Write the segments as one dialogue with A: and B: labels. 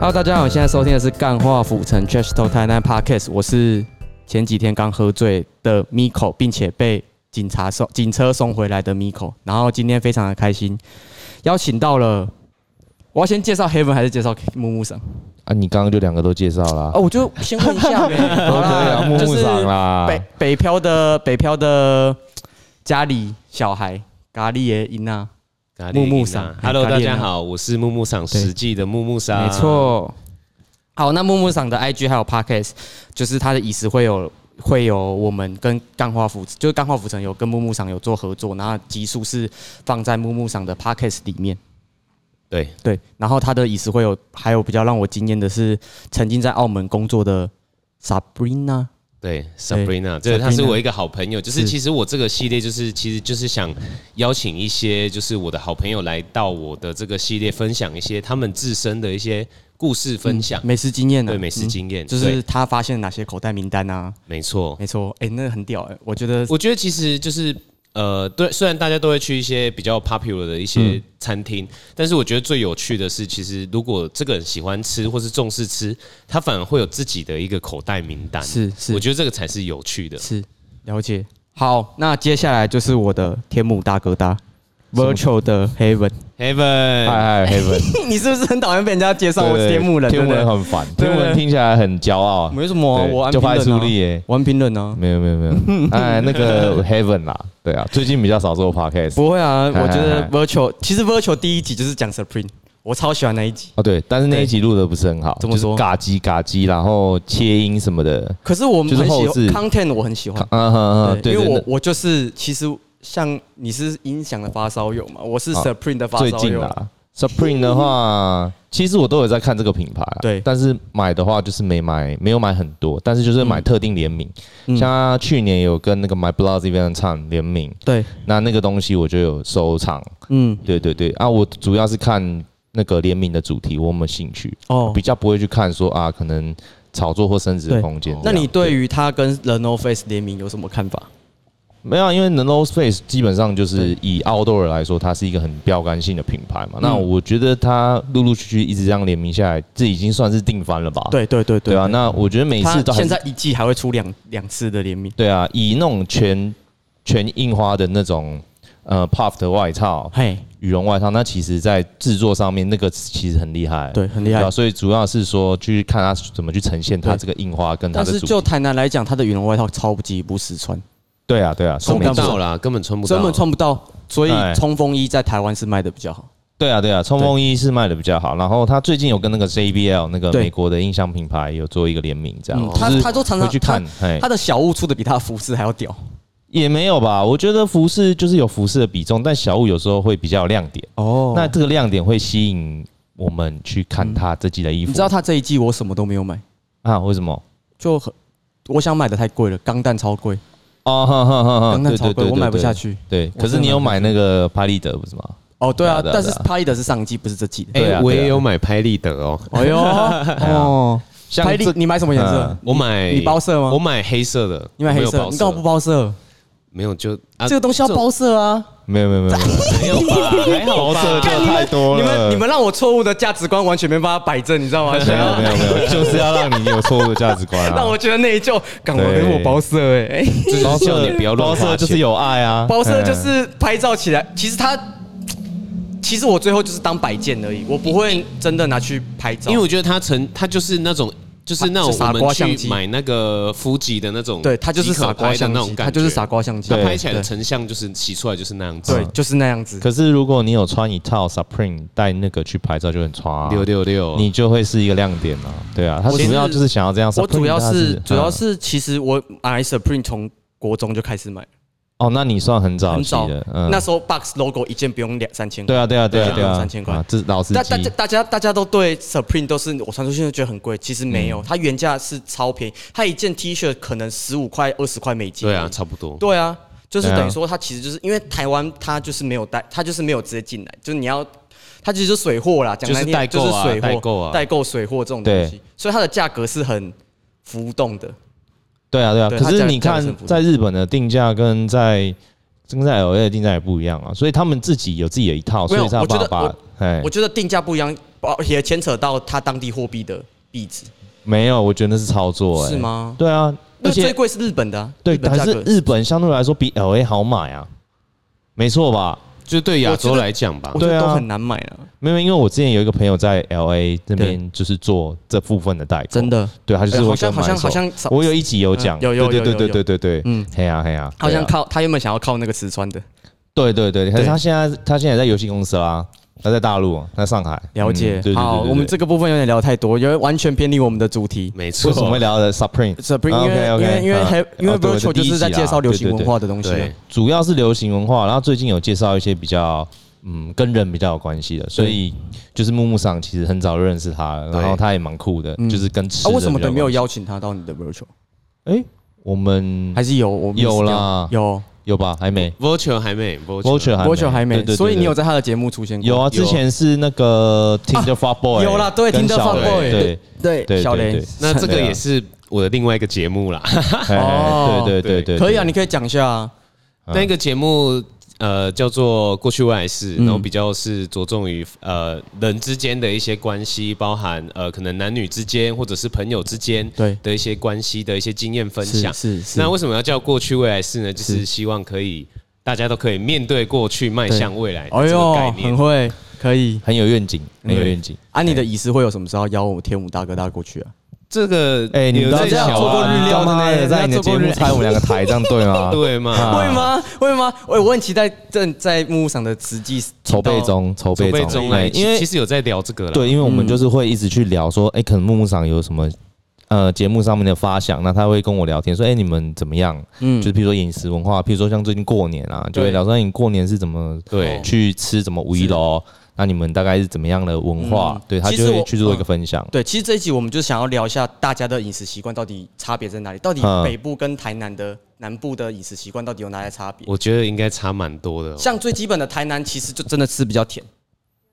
A: Hello，大家好，你现在收听的是《干话府城 Trash Talk 台南 Podcast》，我是前几天刚喝醉的 Miko，并且被警察送警车送回来的 Miko。然后今天非常的开心，邀请到了。我要先介绍 Heaven 还是介绍木木桑？
B: 啊，你刚刚就两个都介绍啦，
A: 哦，我就先问一下 呗。
B: 都可
A: 好
B: 以
A: 啦
B: 啊，木
A: 就
B: 木
A: 是
B: 长啦，
A: 北北漂的北漂的家里小孩咖喱耶伊娜，
C: 咖喱
A: 木木
C: 琳
A: 赏
C: 娜，Hello，
A: 咖喱
C: 大
A: 琳
C: 家
A: 娜
C: 好，我是木木赏
A: 对
C: 实际的木木赏，
A: 没，错。啊好，那木木赏的 IG 还有 Podcast，就是他的饮食会有会有我们跟干化府，就是干化府城有跟木木赏有做合作，然后集数是放在木木赏的 Podcast 里面。
C: 对，
A: 对，然后他的饮食会有还有比较让我惊艳的是，曾经在澳门工作的 Sabrina，
C: 对，Sabrina，这个她是
A: Sabrina
C: 我一个好朋友，就是
A: 是
C: 其实我这个系列就是其实就是想邀请一些就是我的好朋友来到我的这个系列分享一些他们自身的一些故事分享，
A: 嗯美食经验呢、啊嗯
C: 对美食经验，
A: 就
C: 对
A: 是他发现哪些口袋名单啊，
C: 没错，
A: 没错，哎、那个很屌哎、我觉得
C: 我觉得其实就是呃，对，虽然大家都会去一些比较 popular 的一些
A: 嗯
C: 餐厅，但是我觉得最有趣的是，其实如果这个人喜欢吃或是重视吃，他反而会有自己的一个口袋名单。
A: 是是
C: 我觉得这个才是有趣的。
A: 是了解。好，那接下来就是我的天母大哥大，Virtual 的 Heaven，
C: Heaven，
B: 嗨嗨 ，Heaven，
A: 你是不是很讨厌被人家介哎绍我是
B: 对
A: 天母人？
B: 天
A: 对不
B: 母
A: 对
B: 人很烦，
A: 对
B: 天
A: 对
B: 母人听起来很骄傲，
A: 没什么啊，
B: 对
A: 我安
B: 就
A: 平
B: 拍
A: 人
B: 出
A: 啊，
B: 力耶，
A: 我安平人啊，
B: 没有没 有没有，哎，那个 Heaven 啦，对啊，最近比较少做 podcast，
A: 不会啊，
B: 嗨
A: 我觉得
B: 嗨
A: Virtual 其实 Virtual 第一集就是讲 Supreme，我超喜欢那一集。
B: 哦对，但是那一集录的不是很好，
A: 怎么说
B: 就是嘎叽嘎叽，然后切音什么的，
A: 可是我
B: 就是
A: 很喜
B: 后置
A: 欢 content，我很喜 欢，
B: 嗯哼哼，
A: 哦对，
B: 对
A: 因为我
B: 对，
A: 我就是其实像你是音响的发烧友嘛，我是
B: 啊
A: Supreme 的发
B: 那最
A: 烧
B: 近啊
A: 友，
B: 啦。Supreme 的话，其实我都有在看这个品牌啊，
A: 对
B: 但是买的话就是没买，没有买很多，但是就是买特定联名，
A: 嗯
B: 像他去年有跟那个 My Blood Valentine 联名，
A: 对，
B: 那那个东西我就有收藏。
A: 嗯，
B: 对对对，啊，我主要是看那个联名的主题，我有没有兴趣，
A: 哦
B: 比，较不会去看说啊，可能炒作或升值的
A: 对
B: 空间这啊
A: 那
B: 样。
A: 你对于他跟 Reno Face 联名有什么看法？
B: 没有啊，因为 Nano Space 基本上就是以 Outdoor 来说，它是一个很标杆性的品牌嘛。那
A: 嗯
B: 我觉得它陆陆续续一直这样联名下来，这已经算是定番了吧？
A: 对对对
B: 对啊，那我觉得每
A: 他
B: 次都还
A: 现
B: 是
A: 在一季还会出两两次的联名，
B: 对啊，以那种全全印花的那种呃 puff 的外套，
A: 嘿，
B: 羽绒外套，那其实在制作上面那个其实很厉害，
A: 对，很厉
B: 对
A: 害
B: 啊，。所以主要是说去看它怎么去呈现它
A: 对
B: 这个印花跟它
A: 但
B: 的
A: 是
B: 主
A: 就台南来讲，他的羽绒外套超级不实穿，
B: 对啊对啊，是
C: 穿
B: 没
C: 不
B: 错
C: 到，啦，根本穿不到，
A: 根本穿不到，所以
B: 哎
A: 冲锋衣在台湾是卖的比较好。
B: 对啊对啊，冲锋衣是卖的比较好，然后它最近有跟那个 JBL 那个
A: 对
B: 美国的音响品牌有做一个联名，这样
A: 嗯，，他
B: 就是
A: 他都常
B: 会
A: 常
B: 去看，哎
A: 他，的小物出的比他的服饰还要屌
B: 也没有吧，我觉得服饰就是有服饰的比重，但小物有时候会比较有亮点，
A: 哦嗯
B: 那这个亮点会吸引我们去看它这季的衣服，
A: 你知道他这一季我什么都没有买，
B: 啊？为什么？
A: 就很我想买的太贵了，钢弹超贵，
B: 哦，哼哼哼
A: 钢
B: 哼，
A: 弹
B: 对
A: 超
B: 对
A: 贵，
B: 对，
A: 我买不
B: 对
A: 下。去。
B: 对，
A: 我
B: 可是
A: 真的
B: 你有
A: 买
B: 买那个拍立得不是吗？
A: 哦，对啊
B: 对，啊
A: 但
B: 对
A: 是
B: 啊
A: 拍的是上一季，不是这季的。
C: 哎、
B: 对啊对啊
C: 我也有买拍立得哦，
A: 哎 呦，哦，
B: 像
A: 拍立
B: 这
A: 你买什么颜色
B: 嗯？
C: 我买
A: 你包色吗
C: 我买黑色的，
A: 你买黑
C: 我没有
A: 色，
C: 包
A: 你干嘛不包色？
C: 没有就啊
A: 这个东西要包色啊！
B: 没有没有没有 没有，
C: 没有吧？还好吧？
B: 色就太多
A: 你们
B: 了。
A: 你们让我错误的价值观完全没办法摆正，你知道 吗？
B: 没有没有没有，就是要让你有错误的价值观啊。
A: 让我觉得内疚，干嘛
B: 对
A: 给我包色哎、欸
B: 包
C: 就是叫
B: 色
C: 你不要乱
B: 包
C: 花钱
B: 色就是有爱啊，
A: 包色就是拍照起来，其实它，其实我最后就是当摆件而已，我不会真的拿去拍照，
C: 因为我觉得它成，它就是那种，就是那种
A: 是傻
C: 我
A: 瓜
C: 们
A: 相
C: 去
A: 机
C: 买那个夫吉的那种，
A: 对它就是傻瓜
C: 的
A: 相
C: 那
A: 机，
C: 种感
A: 它
C: 觉，
A: 就是傻瓜相机，
C: 它拍起来的
A: 对
C: 成像就是洗出来就是那样子。
A: 对，就是那样子。
B: 可是如果你有穿一套 Supreme 带那个去拍照，就很穿啊，
C: 六六六，
B: 你就会是一个亮点啊。对啊，他
A: 我其实
B: 主要就是想要这样。
A: 我主
B: Supreme
A: 要
B: 它
A: 是主要
B: 嗯
A: 是，其实我买 Supreme 从国中就开始买，
B: 哦，那你算很早
A: 很
B: 期
A: 早
B: 的，，嗯
A: 那，时候 Box logo 一件不用两三千块
B: 对。啊对啊对啊
A: 对
B: 对啊，
A: 三千块
B: 啊，这是老司
A: 大大家
B: 机。
A: 大家大家都对 Supreme 都是我穿出去就觉得很贵，其实没
B: 嗯
A: 有，它原价是超便宜，它一件 T 恤可能十五块二十块美金。
C: 对啊，，差不多。
A: 对啊，就是
B: 对啊
A: 等于说它其实就是因为台湾它就是没有带，它就是没有直接进来，就是你要。它其实就是水货啦，讲难听点
C: 就是代购啊
A: 就是水货、
C: 代购啊
A: 代购水货这种东西
B: 对，
A: 所以它的价格是很浮动的。
B: 对啊，对啊。
A: 对
B: 可
A: 它
B: 是
A: 价
B: 你
A: 价格
B: 看
A: 是很浮，动
B: 在日本的定价跟在跟在 LA 的定价也不一样啊，所以他们自己有自己的一套，
A: 没
B: 所
A: 有
B: 以才有
A: 我觉
B: 办
A: 得
B: 法把。哎
A: 我觉得定价不一样，而且牵扯到他当地货币的币值，
B: 没有，我觉得那是操作、欸，
A: 是？吗？
B: 对啊，
A: 那
B: 而
A: 最
B: 且
A: 贵是日本的啊、
B: 对
A: 日，本
B: 还
A: 价
B: 是
A: 格
B: 日本相对来说比 L A 好买啊，没错吧？
C: 就是对亚洲来讲吧
A: 我，觉
B: 对
A: 得
B: 啊
A: 都很难买了，
B: 没有，因为我之前有一个朋友在 L A 这边就是做这部分的代购，
A: 真，的。
B: 对他就是
A: 哎
B: 会
A: 好像
B: 跟买手
A: 好像好像
B: 我有一集有讲，
A: 嗯有有
B: 对对
A: 有
B: 对
A: 有
B: 对对对对，嗯
A: 嗯，
B: 嘿呀嘿呀，
A: 好像
B: 对啊
A: 靠他原本想要靠那个瓷砖的，
B: 对对对，可是
A: 对
B: 他现在他现在在游戏公司啦，他在大陆，他在上海，
A: 了解
B: 嗯。对对对
A: 好，
B: 对对
A: 我们这个部分有点聊太多，因为完全偏离我们的主题。
C: 没错
B: 为什，么会 聊的 Supreme？
A: 这啊不因为
B: OK，OK，
A: 因为因为
B: 嗯
A: 还因为
B: 哦对我
A: virtual
B: 的第
A: 就
B: 一
A: 是在
B: 集啦
A: 介绍流
B: 对
A: 行
B: 对
A: 文
B: 对
A: 化的东西啊。
C: 对，
B: 主要是流行文化，然后最近有介绍一些比较嗯跟人比较有关系的，所以就是木木桑其实很早就认识他了，
C: 对
B: 然后他也蛮酷的，就是跟吃
A: 啊，
B: 的
A: 为什么
B: 比较
A: 等没有
B: 关系？
A: 邀请他到你的 virtual？
B: 哎，我们
A: 还是有我 miss 掉
B: 有啦
A: 有
B: 有吧？还没
C: Virtual 还没
B: ，Vulture 还
A: virtual 还
B: 对
A: 没
B: 对，对
A: 所以
B: 对
A: 你有在他的节目出现过？
B: 有啊？之前是那个 Tinder Fat Boy，
A: 啊有啦对
B: 跟
A: Tinder
B: 小
A: Fat
B: 雷
A: Boy
B: 对
A: 对
B: 对
A: 小
B: 对
A: 雷
B: 对，
C: 那这个也是我的另外一个节目啦。
B: 哎
A: 哦
B: 对对对对，
A: 可以啊，
B: 对
A: 你可以讲一下啊。
C: 那个节目呃叫做《过去未来式》，
A: 嗯
C: 然后比较是着重于呃人之间的一些关系，包含呃可能男女之间或者是朋友之间
A: 对
C: 的一些关系的一些经验分享。
A: 是是是
C: 那为什么要叫过去未来式呢？就是
A: 是
C: 希望可以大家都可以面对过去，迈向未来的
A: 哎
C: 这个
A: 呦
C: 概，念
A: 很。会，可以。
B: 很有愿景，很有
A: 对
B: 愿景。
A: 啊，你的仪式会有什么时候邀我天武大哥大过去啊？
C: 这个
B: 哎，你
C: 有
B: 不要
C: 在
A: 这样
B: 小
A: 做过
B: 啊
A: 日
B: 你
A: 料
B: 他
A: 的
B: 妈
A: 呢
B: 的在
A: 人
B: 你
A: 家
B: 的
A: 做过
B: 节目
A: 日
B: 拆我们两个台，这样对 吗？
C: 对嘛？
B: 啊
A: 会吗？会吗？哎我我很期待正在木屋上的实际
B: 筹备。中，筹备
C: 筹备
B: 中，
A: 啊
C: 中
B: 哎
C: 来，
B: 因
C: 因
B: 为
C: 为其实有在聊这个了。
B: 对，因为我
A: 嗯
B: 们就是会一直去聊说，哎、可能木木上有什么呃节目上面的发想，那他会跟我聊天说，哎、你们怎么样？
A: 嗯
B: 就是譬如说饮食文化，譬如说像最近过年啊，就会
C: 对
B: 聊说哎你过年是怎么
C: 对
B: 去吃怎么五一楼，那你们大概是怎么样的文化？
A: 嗯
B: 对他
A: 其实
B: 就会
A: 我
B: 去做一个分享。
A: 对，其实这一集我们就想要聊一下大家的饮食习惯到底差别在哪里，到底
B: 嗯
A: 北部跟台南的南部的饮食习惯到底有哪些差别？
C: 我觉得应该差蛮多的哦。
A: 像最基本的台南其实就真的吃比较甜，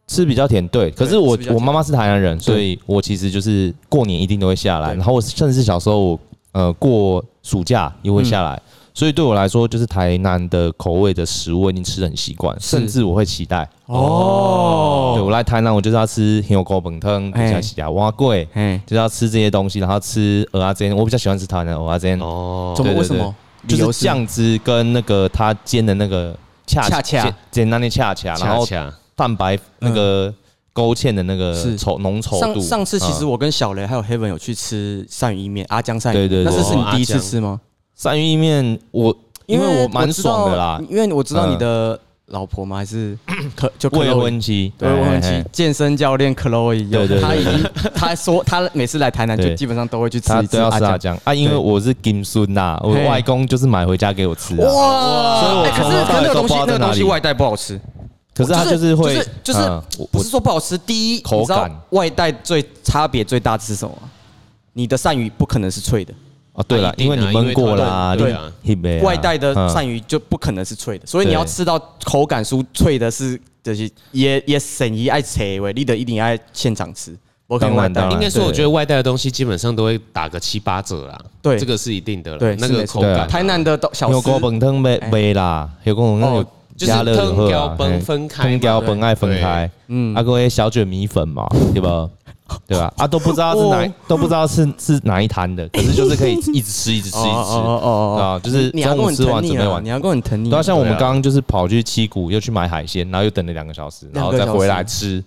B: 吃比较甜，对。可是
A: 对
B: 我
A: 吃比较甜
B: 我妈妈是台南人，所以我其实就是过年一定都会下来，
A: 对
B: 然后我甚至是小时候我呃过暑假也会下来，
A: 嗯
B: 所以对我来说就是台南的口味的食物我已经吃的很习惯，甚至我会期待哦。对我来台南，我就是要吃牛狗本汤，
A: 哎
B: 比较期待蛙贵，
A: 哎，
B: 就是要吃这些东西，然后吃蚵仔煎，我比较喜欢吃台南的蚵仔
A: 嗯
B: 煎，
C: 哦，
A: 怎么
B: 对对
A: 为什么？
B: 就
A: 理由
B: 是酱汁跟那个它煎的那个恰
A: 恰恰
B: 简简单的恰恰，然
C: 恰
B: 后
C: 恰
B: 蛋白那个勾芡的那个
A: 嗯是
B: 稠浓稠度。
A: 上上次其实
B: 嗯
A: 我跟小雷还有 Heaven 有去吃鳝鱼意面，阿江鳝鱼，
B: 对对对
A: 那这是你
C: 哦
A: 第一次
C: 阿江
A: 吃吗？
B: 鳝鱼意面，我因为我蛮爽的啦
A: 我，知道因为我知道
B: 嗯
A: 你的老婆嘛，还是 可就
B: 未
A: Chloe
B: 婚妻，
A: 对，我很期
B: 嘿，
A: 健身教练 Chloe
B: 对对
A: 有，
B: 对
A: 他已经他说他每次来台南就
B: 对
A: 基本上都会去吃
B: 他
A: 一
B: 都
A: 次
B: 要
A: 阿
B: 吃辣
A: 酱。
B: 酱啊，因为
A: 对
B: 我是金孙呐，我
A: 嘿
B: 外公就是买回家给我吃啊。
A: 哇！
B: 所以我
A: 哎可
B: 从
A: 是可是
B: 头
A: 那
B: 到尾
A: 个
B: 都
A: 东
B: 不
A: 西
B: 知
A: 那
B: 道在
A: 个东
B: 哪
A: 西
B: 里
A: 外带不好吃，
B: 可是他就是会
A: 就是，就是
B: 嗯我
A: 不是说不好吃。第一，你
B: 口感
A: 知道外带最差别最大的是什么吗？你的鳝鱼不可能是脆的，
B: 啊，对了
C: 啊，一
B: 因
C: 定啊
B: 为你焖过啦，
C: 因为它
B: 你你没啊
A: 外带的
B: 嗯
A: 鳝鱼就不可能是脆的，所以你要
B: 对
A: 吃到口感酥脆的是，就是也也省一爱扯喂，你得一定要现场吃，我可能外带
B: 当然当然
C: 应该说，
B: 对
C: 我觉得外带的东西基本上都会打个七八折啦。
A: 对
C: 这个是一定的啦。
A: 对
C: 那
A: 是
C: 个
A: 没错
C: 口感啊，
A: 台南的小
B: 牛
A: 吃
B: 锅本汤没没啦，牛锅本汤有
A: 哦
C: 就是
B: 加热就好
C: 汤
B: 啊
C: 胶
B: 嘿
C: 本分开嘛
B: 汤胶本爱分开，嗯，啊，各位小卷米粉嘛，对吧？对吧？啊，都不知道是哪
A: 哦，
B: 都不知道是是哪一摊的，可是就是可以一直吃，
A: 哦
B: 一直吃，一直吃。啊就是
A: 你要
B: 中午
A: 很
B: 吃完
A: 疼你
B: 准备
A: 啊，
B: 完
A: 你要跟很疼你
B: 对
A: 啊
B: 啊，，像我们刚刚就是跑去七谷，又去买海鲜，然后又等了两个小时，然
A: 两
B: 后
A: 个
B: 再
A: 小时
B: 回来吃，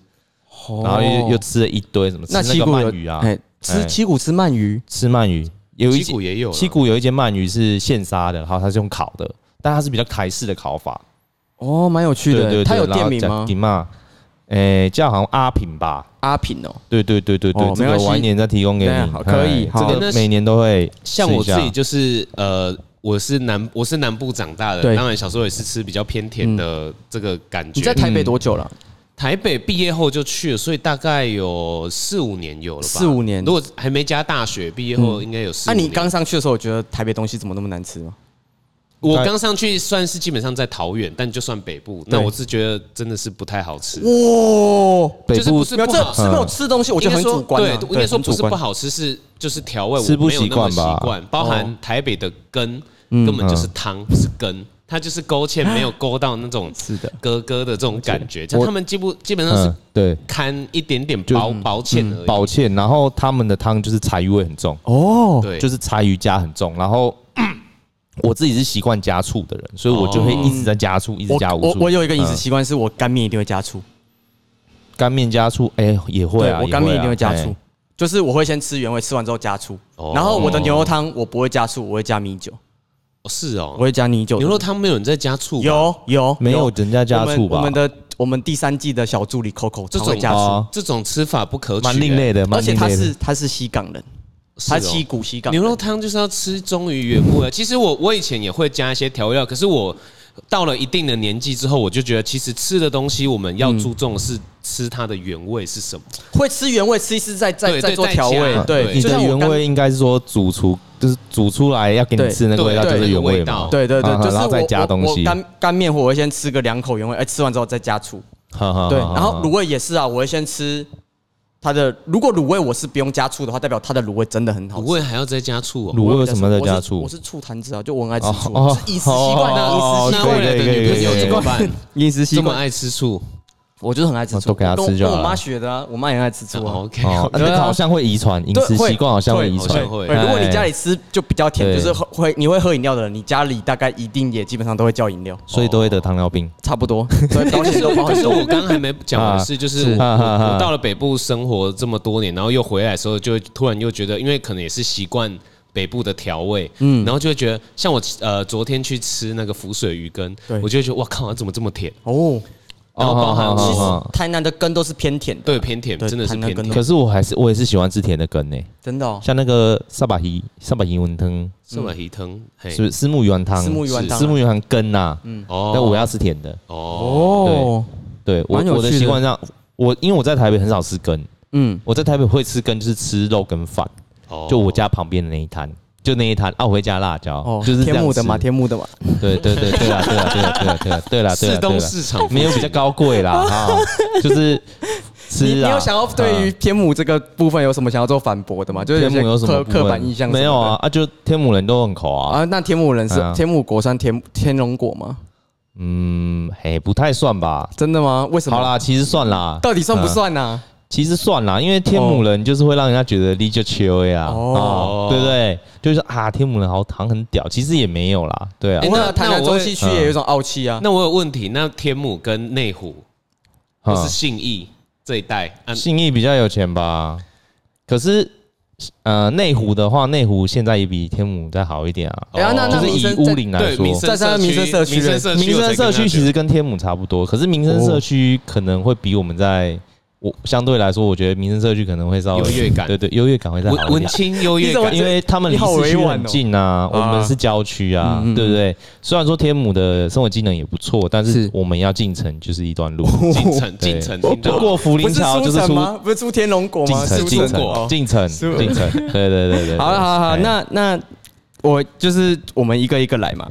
A: 哦
B: 然后又又吃了一堆什么，吃
A: 那七
B: 个
A: 股
B: 鳗
A: 有
B: 鱼啊，
A: 哎吃
B: 哎
A: 七股吃鳗鱼，
B: 吃鳗鱼，有一
C: 七
B: 间
C: 股也有啦，
B: 七谷有一间鳗鱼是现杀的，然后它是用烤的，但它是比较台式的烤法，
A: 哦，蛮有趣
B: 对对
A: 的。
B: 对，
A: 它有店名吗？
B: 嘛，诶，叫好像阿品吧。
A: 阿品哦，
B: 对对对对对，
A: 哦
B: 这
A: 没
B: 个
A: 关系
B: 晚一点再提供给
A: 对
B: 你
A: 啊，好可以
B: 哎
A: 好
B: 这
C: 那
B: 个
C: 是
B: 每年都会
C: 像我
B: 吃
C: 自
B: 一下
C: 己就是呃，我是南我是南部长大
A: 对嗯
C: 的，当然小时候也是吃比较偏甜的这个感
A: 你
C: 觉。嗯
A: 在台北多久了？
C: 台北毕业后就去了，所以大概有四五年有了吧，
A: 四五年
C: 如果还没加大学，毕业后应该有四。
B: 嗯
A: 那
C: 五
A: 啊你
C: 年。
A: 刚上去的时候，我觉得台北东西怎么那么难吃吗？
C: 我刚上去算是基本上在桃园，但就算北部，那我是觉得真的是不太好吃。
A: 哇，
B: 北
C: 就是
B: 部嗯
C: 不是
A: 没有
C: 不
A: 这
C: 好
A: 是没有吃东西，我觉得很主观啊。
C: 应该说对，应该说
A: 很
C: 不
A: 主
C: 是不
A: 观。
C: 好吃，是就是调味
B: 吃不
C: 我没有那么
B: 习惯吧
A: 哦嗯
C: 习惯包含台北的根根本就是汤是根，它就是勾芡没有勾到那种
A: 是的，
C: 格格的这种感
A: 啊
C: 觉，像
B: 我
C: 他们基不基本上是
B: 嗯，对，
C: 看一点点薄
A: 嗯
C: 薄芡而已，
B: 抱歉。然后他们的汤就是柴鱼味很重，
A: 哦，
C: 对，
B: 就是是柴鱼加很重。然后 我自己是习惯加醋的人，所以我就会一直在加醋，一直
A: 我
B: 加无
A: 嗯我
B: 醋。
A: 我有一个饮食
B: 嗯
A: 习惯，是我干面一定会加醋，
B: 干面加醋，哎，也会
A: 对
B: 啊，
A: 我
B: 也
A: 干
B: 会
A: 面一
B: 啊
A: 定会加醋
B: 哎，
A: 就是我会先吃原味，吃完之后加醋
C: 哦，
A: 然后我的牛肉汤我不会加醋，我会加米酒，
C: 是
A: 我
C: 哦。
A: 会加米酒的。
C: 牛肉汤没有人在加醋吧，
A: 有有
B: 没有人家加
A: 我们
B: 醋吧
A: 我们的我们第三季的小助理 Coco
C: 这
A: 他会
C: 种
A: 加醋，
B: 哦
C: 这种吃法不可取，
B: 蛮另类的，
A: 而
B: 蛮
A: 且
B: 另
A: 他
B: 类的
A: 是。他是西港人，
C: 欸，
A: 他
C: 是哦
A: 西谷西港人
C: 牛肉汤就是要吃忠于原味啊。其实我我以前也会加一些调味料，可是我到了一定的年纪之后，我就觉得其实吃的东西我们要注重的是吃它的原味是什么。
A: 会吃原味，吃一次再再
C: 对
A: 再
C: 对
A: 做
C: 再
A: 调
C: 加
A: 味
C: 嗯，
A: 对，
B: 你
A: 就
B: 的
A: 像我
B: 原
A: 刚
B: 味应该是说煮出，就是煮出来要给你
A: 对
B: 吃那个味道，
A: 对
B: 就是原味嘛。
A: 对对对，
B: 啊
A: 就是
B: 然后
A: 我
B: 再加东
A: 我
B: 西。
A: 干干面糊我会先吃个两口原味，哎，吃完之后再加醋。对，
B: 对
A: 然后卤味也是啊，我会先吃它的。如果卤味我是不用加醋的话，代表它的卤味真的很好
C: 卤
A: 吃。
C: 味还要再加醋哦。
B: 卤味有什么的
A: 我是
B: 加醋
A: 我？是醋坛子啊，就我很爱吃醋啊，
B: 哦哦
A: 是饮食习惯
B: 哦
A: 啊，
B: 哦
A: 饮食习
C: 那
B: 可以
A: 惯
C: 未来
B: 可
C: 的
B: 以
C: 女朋友
B: 可以
C: 怎 么办？
A: 饮食习
C: 这么
A: 惯，
C: 爱吃醋
A: 我就是很爱吃醋，
B: 都给他
A: 跟我
B: 吃就好
A: 跟我妈
B: 了
A: 学的啊，我妈也很爱吃醋啊。
C: ？OK，
B: 哦，那个好像会遗传，饮
A: 对
B: 食
A: 会
B: 习惯好像会遗
C: 好
B: 传
C: 像。会
A: 对，如果你家里吃就比较甜，
B: 对
A: 就是喝会你会喝饮料的人，你家里大概一定也基本上都会叫饮料，
B: 所以都会得糖尿病。
A: 差不多。所 以保
C: 可
A: 险
C: 是
A: 都包
C: 可
A: 很
C: 是
A: 多
C: 我。刚刚还没讲完的是，就是我
B: 是啊啊啊
C: 我我到了北部生活这么多年，然后又回来的时候，就会突然又觉得，因为可能也是习惯。北部的调味，嗯，然后就会觉得，像我呃昨天去吃那个浮水鱼羹
A: 对，
C: 我就会觉得，哇靠，它怎么这么甜？
A: 哦，
C: 然后包含
B: 哦
A: 其
B: 哦
A: 实嗯
B: 哦
A: 台南的羹都是偏甜的，
C: 对偏甜，
A: 对
C: 真的是偏
A: 它那
C: 甜
A: 个。
B: 可是我还是我也是喜欢吃甜的羹呢，
A: 真的哦。
B: 像那个萨巴鱼萨巴鱼丸汤，
C: 是碗鱼汤，嘿
B: 是不是丝木鱼丸汤，
A: 石木鱼丸汤啊
B: 丝木鱼丸羹呐。嗯，
C: 哦
B: 但我要吃甜的。
C: 哦，
A: 哦，
B: 对我
A: 蛮有
B: 我的
A: 趣的
B: 习惯上，我因为我在台北很少吃羹，
A: 嗯，
B: 我在台北会吃羹就是吃肉跟饭，
C: 哦
B: 就我家旁边的那一摊。就那一摊啊，我会加辣椒，
A: 哦，
B: 就是这
A: 天
B: 样
A: 幕的嘛，
B: 吃
A: 天幕的嘛，
B: 对对对对啦，对啊啦，对啦，对啦，对啦，对啦，啊对
C: 市
B: 啦，对
C: 东
B: 啦，
C: 市场
B: 没有比较高贵啦，哈，就是吃
A: 你
B: 啊。
A: 你有想要对于天母这个部分有什么想要做反驳的吗？就是
B: 天
A: 些
B: 母有什么
A: 刻
B: 部分
A: 刻板印象什么的
B: 没有啊，啊，就天母人都很口啊，
A: 啊？那天母人是
B: 嗯
A: 天母果算天天龙果吗？
B: 嗯，嘿，不太算吧。
A: 真的吗？为什么？
B: 好，啦，其实算啦，
A: 到底算不
B: 嗯？
A: 算啊呢？
B: 其实算啦，因为天母人就是会让人家觉得你就秋呀，
A: 哦
B: 哦，对不对？就是说啊，天母人好糖很屌，其实也没有啦，对啊
A: 我
C: 哎，
A: 们
C: 那
A: 台南
C: 那我
A: 中
C: 会
A: 西区也有一种傲气啊。
C: 那我有问题，那天母跟内湖或是
B: 嗯
C: 信义这一带，啊，
B: 信义比较有钱吧？可是，呃，内湖的话，内湖现在也比天母再好一点啊。
A: 哎呀，那那
B: 就是
A: 民
B: 以
A: 生
B: 屋
A: 在
B: 龄来
C: 对，
B: 说
C: 民，生
A: 在在民生社区
C: 民生社区
B: 民
C: 我才
B: 生
C: 跟
B: 社
C: 他
B: 区
C: 觉
B: 其
C: 得
B: 实跟天母差不多，可是民生社区可能会比我们在我相对来说，我觉得民生社区可能会稍微
C: 优越感
B: 对对，优越感会再好
C: 文
B: 一
C: 文
B: 点。
C: 青优越
A: 你怎么文
C: 感
B: 因为他们离
A: 你好
B: 市
A: 委
B: 区
A: 婉哦
B: 很近啊，我们是郊区啊，对不对？虽然说天母的生活机能也不错，但是
A: 是
B: 我们要进城就是一段路，
C: 进城进城，听
B: 就
C: 到
B: 过福
A: 不
B: 林
A: 是
B: 桥就
A: 出
B: 是
A: 城
B: 出
A: 吗？不是出天龙果
B: 进
A: 吗？
B: 城，
A: 出
B: 进
A: 城
B: 城，
A: 哦
B: 进城，
A: 是
B: 进城，对对对对。
A: 好了，好了，好
B: 哎
A: 了，那那我就是我们一个一个来嘛。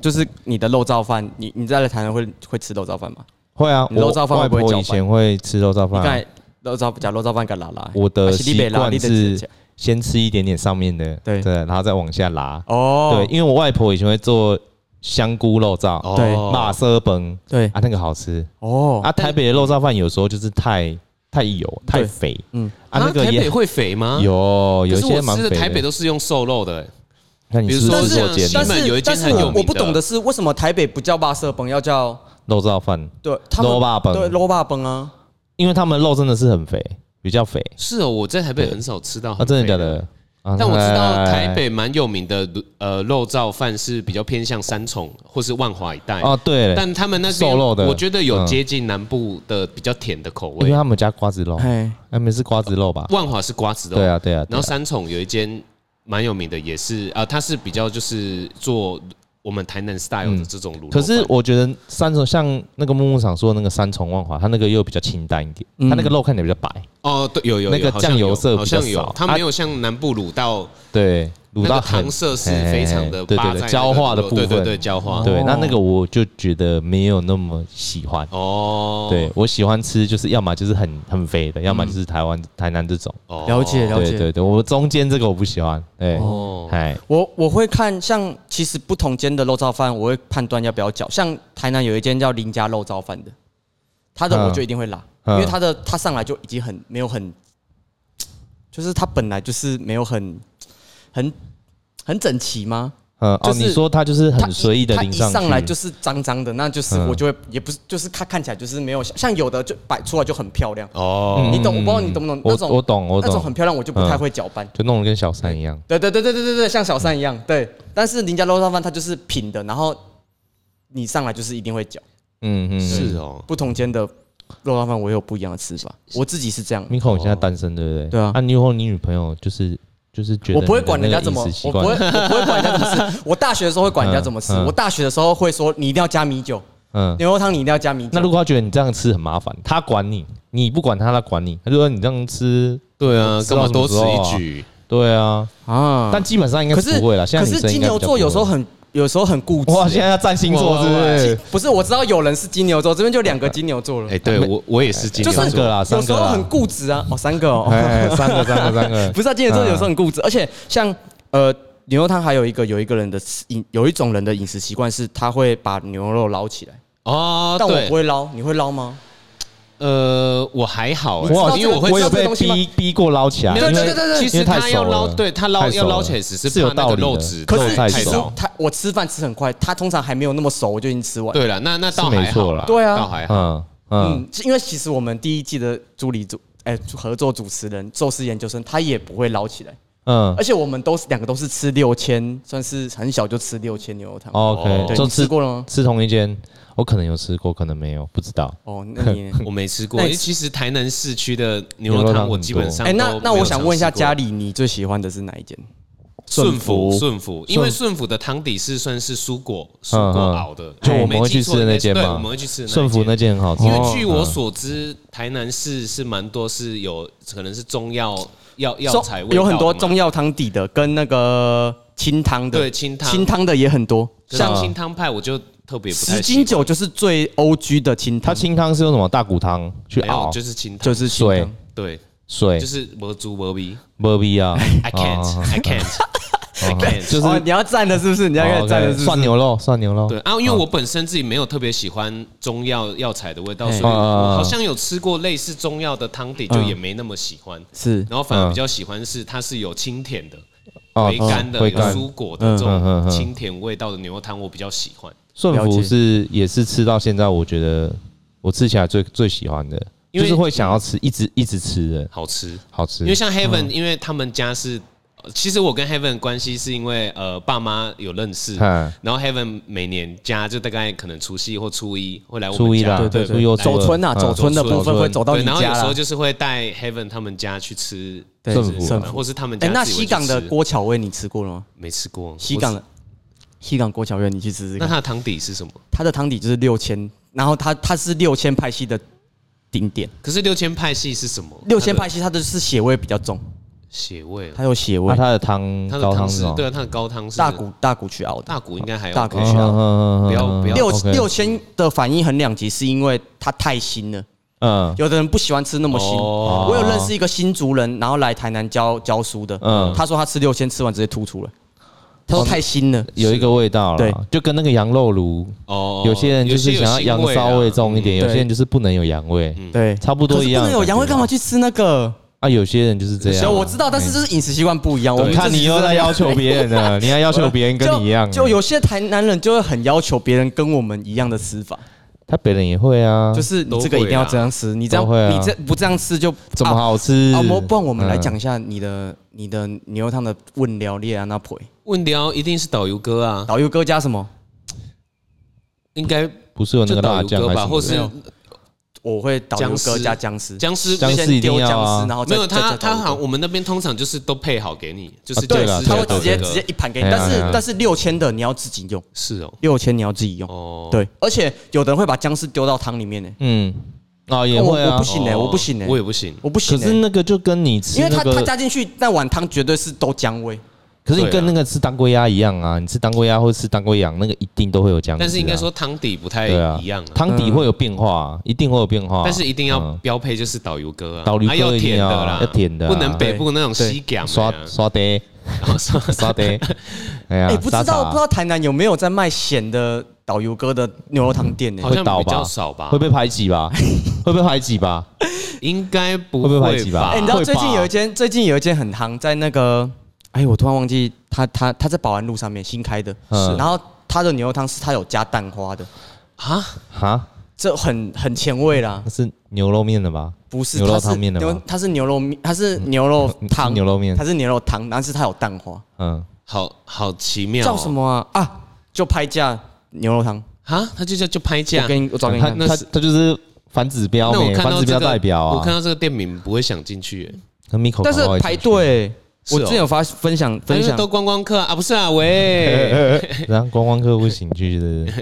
A: 就是你的肉燥饭，你你在台南会会吃肉燥饭吗？
B: 会啊，
A: 你肉燥饭会
B: 我外
A: 不会
B: 婆
A: 搅
B: 以前会吃肉燥
A: 你刚
B: 饭啊，
A: 才肉燥讲肉燥饭跟拉拉，
B: 我
A: 啊
B: 的
A: 是你
B: 习
A: 袂拉
B: 惯
A: 你就是吃
B: 先吃一点点上面的，
A: 对
B: 对，然后再往下拉。对
A: 哦，，
B: 因为我外婆以前会做香菇肉燥、
C: 哦
A: 对
B: 马色崩
A: 对
B: 啊，那个好吃
A: 哦，
B: 啊。台北的肉燥饭有时候就是太太油、
A: 对
B: 太肥，
A: 嗯
B: 嗯啊，那个
C: 台北
B: 也
C: 会肥吗？，
B: 有有
C: 可
B: 一
C: 是
B: 些
C: 我
B: 蛮
C: 吃的
B: 肥
C: 台北
B: 的。
C: 都是用瘦肉的，欸
B: 那你
C: 比如
B: 是不
C: 说
B: 是
C: 像
B: 做煎
C: 西
A: 但
B: 的
C: 门
A: 是
C: 有一间
A: 但是
C: 很有
A: 我
C: 名的
A: 我不懂的是，为什么台北不叫巴色崩，要叫
B: 肉燥饭？
A: 对他们
B: 肉霸崩
A: 对肉霸崩啊？
B: 因为他们肉真的是很肥，比较肥
C: 是哦，我在台北很少吃到，
B: 啊，真的假？的？啊
C: 但我知道台。
B: 来来来
C: 北蛮有名的，呃，肉燥饭是比较偏向三重或是万华一带，
B: 哦，对了，
C: 但他们那边
B: 瘦肉的
C: 我觉得有
B: 嗯
C: 接近南部的比较甜的口
B: 因为
C: 味。
B: 他们加瓜子肉，
A: 哎，
B: 他们是瓜子肉吧？
C: 万华是瓜子肉，哦
B: 对啊，对啊。对
C: 然
B: 啊
C: 后三重有一间蛮有名的，也是啊，它是比较就是做我们台南 style 的这种卤肉饭。
B: 嗯可是我觉得三重像那个木木厂说的那个三重万华，它那个又比较清淡一点，
A: 嗯
B: 它那个肉看起来比较白，
C: 哦，对，有有有
B: 那个
C: 好像
B: 酱油
C: 有
B: 色
C: 好
B: 比较
C: 像有
B: 少，
C: 它
B: 啊
C: 没有像南部卤到
B: 对，卤
C: 那
B: 到
C: 个
B: 很
C: 糖色是非常的
B: 嘿对
C: 霸占
B: 对对
C: 那个
B: 焦化的
C: 卤
B: 部
C: 肉
B: 分，
C: 对对对焦化
B: 对，
A: 哦
B: 那那个我就觉得没有那么喜欢。
C: 哦，嗯
B: 对我喜欢吃就是要么就是很很肥的，要么就是台湾台南这种。
C: 哦
A: 了解了
B: 对对
A: 解。
B: 对，我中间这个我不喜欢。对，
C: 哦
B: 哎，
A: 我我会看像其实不同间的肉燥饭，我会判断要不要搅。像台南有一间叫林家肉燥饭的，它的
B: 嗯
A: 我就一定会拉，因
B: 嗯
A: 为它的它上来就已经很没有很，就是它本来就是没有很很很整齐吗？
B: 嗯，
A: 就
B: 哦，
A: 是
B: 你说它就是
A: 它
B: 很
A: 一
B: 随意的
A: 它
B: 淋
A: 一
B: 上
A: 上
B: 去
A: 来就是脏脏的，那就是
B: 嗯
A: 我就会也不是，就是它看起来就是没有像像有的就摆出来就很漂亮，
C: 哦，
A: 你懂？我不知道你懂不懂那
B: 嗯我
A: 种
B: 我懂我
A: 那种
B: 懂
A: 很，漂亮，我就不太会搅拌。
B: 就弄得跟小三一样。
A: 对对对对对对对，像小三一样。对，但是林家肉燥饭它就是平的，然后你上来就是一定会搅。
B: 嗯嗯，
C: 是哦，
A: 不同间的肉燥饭我有不一样的吃法，我自己是这样。
B: Miko，你现在单身对不对？
A: 对啊
B: 那你以后你女朋友就是就是觉得
A: 我不会管人家怎么，
B: 你的那个饮食习
A: 我不会，我
B: 惯
A: 不会管人家怎么 吃。我大学的时候会管人家怎么吃，
B: 嗯嗯
A: 我大学的时候会说你一定要加米酒，
B: 嗯。
A: 牛肉汤你一定要加米酒。
B: 那如果他觉得你这样吃很麻烦，他管你，你不管他，他管你。他就说你这样吃，
C: 对啊，
B: 知
C: 干
B: 道什么
C: 嘛多
B: 时
C: 此
B: 候啊
C: 一举？
B: 对啊。
A: 啊
B: 但基本上应该
A: 可
B: 是
A: 是
B: 不会啦。现
A: 可
B: 在女
A: 是
B: 生应
A: 金
B: 该
A: 牛
B: 比较
A: 座有
B: 不
A: 时候
B: 会
A: 很有时候很固执。
B: 哇，现在要占星座是不是？
A: 不是，我知道有人是金牛座，这边就两个金牛座了
C: 哎，，对我我也是金
A: 就
C: 牛
A: 是
B: 三
C: 座
B: 个，啦，啊
A: 有
B: 三
A: 时
B: 个
A: 候
B: 啦
A: 很。固执啊。哦，三个哦。
B: 哎，哎三个，三个，三个。
A: 不是啊，金牛座有时候很固
C: 嗯
A: 执，而且像呃牛肉汤还有一个有一个人的吃饮有一种人的饮食习惯是他会把牛肉捞起来，
C: 哦，
A: 但我
C: 对
A: 不，会捞，你会捞吗？
C: 呃，我还好，
A: 你知道
C: 欸因为我会
A: 这个知道这
B: 我有
A: 个
B: 被
A: 东西吗
B: 逼逼过捞起来，
C: 没
B: 因
C: 有
B: 为
C: 对对对对
B: 因
C: 其实
B: 为
C: 他
B: 太熟
C: 要捞
B: 了
C: 对他捞
B: 太熟
C: 要捞
B: 了
C: 起来只是
B: 是有
C: 怕那个
B: 道理
C: 肉
B: 的
C: 质
A: 可
C: 肉
A: 是
C: 太
A: 其实
C: 少
A: 他我吃饭吃很快，他通常还没有那么熟，我就已经吃完。
C: 对了，那那倒
B: 是没
C: 还好
B: 错啦
A: 对啊
C: 倒还好。
B: 嗯嗯
A: 嗯，因为其实我们第一季的助理主哎合作主持人宙斯研究生他也不会捞起来，
B: 嗯
A: 而且我们都是两个都是吃六千，算是很小就吃六千牛肉汤。
C: 哦
B: ，OK，
A: 对，
B: 就
A: 你吃
B: 吃
A: 过了吗？
B: 吃同一间，我可能有吃过，可能没有，不知道。
A: 哦，那 你呢
C: 我没吃过，
A: 那
C: 因
A: 你
C: 为其实台南市区的牛
B: 牛
C: 肉
B: 肉
C: 汤
B: 汤
C: 我
B: 很
C: 基本
B: 多
C: 上
A: 哎，那
C: 都
A: 那
C: 没
A: 我
C: 有
A: 想
C: 尝
A: 问一下
C: 试过
A: 家里，你最喜欢的是哪一间？
C: 顺
B: 福
C: 福顺福，因为
B: 顺
C: 顺福的汤底是算是蔬果蔬
B: 嗯
C: 果
B: 嗯
C: 熬的，
B: 就
C: 哎
B: 我
C: 没
B: 们会
C: 记
B: 去
C: 错
B: 吃的
C: 应该
B: 那间
C: 对，
B: 嘛
C: 我们会去吃的
B: 顺福
C: 一
B: 那
C: 间。
B: 间很好吃，
C: 因为据
B: 哦
C: 我
B: 嗯
C: 所知，台南市是蛮多是有可能是中药药药材味道的嘛，
A: 有很多中药汤底的，跟那个清汤的，
C: 对清汤
A: 清汤的也很多，
C: 像
B: 啊
A: 像
C: 清汤派，我就特别不太
A: 十
C: 喜
A: 斤
C: 欢
A: 酒就是最 O G 的清
B: 它
A: 汤，
B: 清汤是用什么大骨汤去
C: 没有
B: 熬，
C: 就是清汤，
A: 就是清
B: 水
A: 汤。
C: 对，
B: 水
C: 就，是我猪我逼
B: 没必 要。
C: ，I can't
B: 哦
C: I can't I
B: 哦
C: can't，
B: 就是
A: 哦，你要站的是不是？你要开
B: 哦
A: 始站的是
B: OK，
A: 不是
B: 涮牛肉，涮牛肉。
C: 对啊，因为我本身自己没有特别喜欢中药药材的味道，
A: 嗯
C: 所以我
B: 嗯
C: 好像有吃过类似中药的汤底，就也没那么喜欢。
A: 是
C: 然后反而比较喜欢是它是有清甜的、
B: 嗯哦
C: 回甘的、
B: 回
C: 有
B: 甘
C: 蔬果的这
B: 嗯嗯
C: 种
B: 嗯
C: 清甜味道的牛肉汤，我比较喜欢。
B: 顺
A: 了解
B: 福是也是吃到现在，我觉得我吃起来最最喜欢的，
C: 因
B: 就
C: 为
B: 是会想要吃，一直一直吃的，
C: 好吃。
B: 好吃
C: 因为。像
B: 嗯
C: Heaven，、因为他们家是，呃其实我跟 Heaven 的关系是因为呃爸妈有认识，
B: 嗯
C: 然后 Heaven 每年家就大概可能除夕或初一会来我
B: 初
C: 们
B: 一
C: 家，
B: 啦，
A: 对
B: 初一又
A: 走村啊，走村的部分会走到
C: 对，
A: 你
C: 然后有
A: 家
C: 时候
A: 啦。
C: 就是会带 Heaven 他们家去吃
A: 对
B: 顺福
C: 什
A: 顺
C: 么，
A: 福
C: 或是他们家
A: 哎，
C: 自己
A: 那
C: 会去
A: 西港的
C: 吃
A: 锅桥味你吃过了吗？
C: 没吃过，
A: 西港
C: 我
A: 的西港锅桥味你去吃吃
C: 那
A: 看，
C: 它的汤底是什么？
A: 它的汤底就是六千，然后它它是六千派系的顶点，
C: 可是六千派系是什么？
A: 六千
C: 它的
A: 派系它的是血味比较重，
C: 血味哦，
A: 它有血
B: 那
A: 味，
B: 啊它的汤
C: 它的
B: 高
C: 汤
B: 是
C: 是
B: 吗？
C: 对啊，它的高汤是
A: 大骨大骨去熬的。
C: 大骨应该还有
A: 大骨
B: 嗯，
A: 去啊
B: 嗯嗯嗯嗯
C: 不要不要
A: 六
B: OK
A: 六千的反应很两极，是因为它太腥了。
B: 嗯
A: 有的人不喜欢吃那么腥。
C: 哦
A: 我有认识一个新族人，然后来台南教教书的，
B: 嗯哦
A: 他说他吃六千吃完直接吐出来，他说太腥了。
B: 有一个味道
A: 对
B: 了，就跟那个羊肉炉，
C: 哦
B: 啊有些人就是想要羊
C: 啊
B: 骚味重一点，
A: 嗯
B: 有些
A: 对嗯
B: 人就是不能有羊味，
A: 对，
B: 差不
A: 可
B: 多
A: 是
B: 一
A: 不
B: 样的感觉吧。
A: 能有羊味，干嘛去吃那个？
B: 啊？有些人就是这样啊。
A: 行，我知道，但是就是饮食习惯不一样。我
B: 我
A: 们自
B: 看
A: 己
B: 你
A: 是
B: 又
A: 这
B: 在
A: 样
B: 要求别人了，你还要求别人跟你一样，
A: 就就有些台南人就会很要求别人跟我们一样的吃法，
B: 他别人也会啊，
A: 就
B: 就是
A: 你这个一定要这样吃，你这样
B: 都会啊
A: 你这不这样吃就
B: 怎么
A: 啊
B: 好吃
A: 啊，？我不然我们来
B: 嗯
A: 讲一下你的你的牛肉汤的问料列啊那婆，
C: 问聊一定是导游哥啊，
A: 导游哥加什么？
C: 应该
B: 不是有那
C: 就
B: 个
C: 导
B: 辣
C: 游
B: 酱
C: 哥
B: 还
C: 吧，或
B: 是什
C: 是
B: 么的？
A: 我会导游哥加僵尸，
C: 僵尸
B: 僵尸
A: 先丢
B: 一定
A: 僵
B: 要啊
A: 尸，然后再
C: 没有
A: 再加
C: 他
A: 导
C: 他
A: 游
C: 好，
A: 哥
C: 我们那边通常就是都配好给你，就是
B: 啊对
C: 僵
B: 了
C: 尸
A: 他
B: 对
A: 会
B: 了
C: 导
A: 直
C: 游
A: 接
C: 哥
A: 直接一盘给你，
B: 哎呀
A: 但是
B: 哎呀
A: 但是六千的你要自己用，
C: 是哦
A: 六千你要自己用，
C: 哦，
A: 对，而且有的人会把僵尸丢到汤里面欸呢，
B: 嗯，啊也
A: 我
B: 会
A: 我
B: 啊
A: 不，信哎，
C: 哦
A: 我不信哎，
C: 我也不行，
A: 我不
B: 可
A: 信
B: 是
A: 哎，
B: 那个就跟你吃
A: 因为
B: 那
A: 他他
B: 个
A: 加进去那碗汤绝对是都姜味，
B: 可是你
C: 对啊
B: 跟那个吃当归鸭一样啊，你吃当归鸭或者吃当归羊，那个一定都会有姜、
C: 但是应该说，汤底不太
B: 对啊
C: 一样啊，
B: 汤底会有变化啊、一定会有变化啊、
C: 但是一定要
B: 嗯
C: 标配就是导游哥啊，
B: 导游
C: 啊要
B: 哥一定
C: 甜的
B: 要
C: 啦，
B: 要甜的啊
C: 不能北部那种
A: 对
C: 西港
B: 刷
C: 的啊
B: 刷爹，刷爹，哎呀
A: 哎、，不知
B: 沙
A: 道
B: 茶
A: 不知道台南有没有在卖咸的导游哥的牛肉汤店呢、欸
C: 好像
B: 会倒
C: 比
B: 吧
C: 较少吧
B: 会，被排挤吧？会被排挤吧？
C: 应该不
B: 会不会排
C: 会
B: 挤吧
C: 吧
A: 哎、？你知道
B: 会吧
A: 最近有一间最近有一间很夯，在那个哎，我突然忘记他他他在保安路上面新开的，
B: 嗯
A: 然后他的牛肉汤是他有加蛋花的，
C: 啊，
B: 哈，
A: 这很很前卫啦
B: 那。是牛肉面的吧？
A: 不是
B: 牛肉
A: 它是
B: 汤面的
A: 牛
B: 吗？
A: 它是牛肉面，它是牛肉
B: 嗯
A: 汤，
B: 牛肉面
A: 它是牛肉汤，但是它有蛋花，
B: 嗯，
C: 好好奇妙哦，
A: 叫什么啊？啊，就拍价牛肉汤，
C: 啊？他就叫就拍
A: 我
C: 价。
A: 给你我找给你
B: 他
A: 看
C: 那，
B: 他
C: 是
B: 他就是反指标
C: 那我
B: 没，
C: 看
B: 反
C: 到
B: 指标
C: 这个，
B: 代表啊。
C: 我看到这个店名不会想进去欸耶，
B: 那 Miko
A: 但是
B: 搞不好也
A: 排
B: 进去，
A: 队，
C: 是
A: 我
C: 哦
A: 之前有发分享分
C: 因为
A: 享
C: 都，观光客啊，啊不是 啊，喂，
B: 然后观光客不行去的，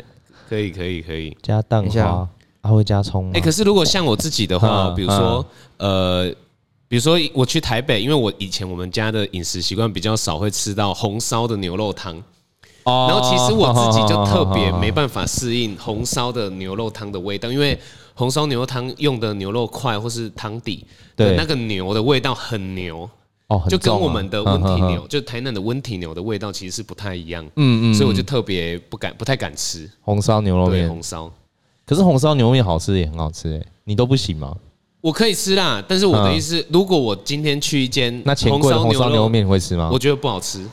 C: 可以可以可以。
B: 加蛋
A: 等一下
B: 花，还会加葱吗
C: 哎、？可是如果像我自己的话，
B: 哦嗯
C: 比如说、呃，比如说我去台北，因为我以前我们家的饮食习惯比较少会吃到红烧的牛肉汤，
B: 哦
C: 然后其实我自己就特别没办法适应红烧的牛肉汤的味道，因为红烧牛肉汤用的牛肉块或是汤底，
B: 对
C: 那个牛的味道很牛，
B: 哦，很
C: 就跟
B: 重啊
C: 我们的温体 牛，，
B: 嗯嗯嗯
C: 就台南的温体牛的味道其实是不太一样，
A: 嗯嗯，
C: 所以我就特别不敢不太敢吃
B: 红烧牛肉
C: 对
B: 面，
C: 红烧。
B: 可是红烧牛肉面好吃也很好吃哎，你都不行吗？
C: 我可以吃啦，但是我的
B: 嗯
C: 意思，如果我今天去一间
B: 那钱柜的红烧牛肉，面你会吃吗
C: 我？觉得不好吃，你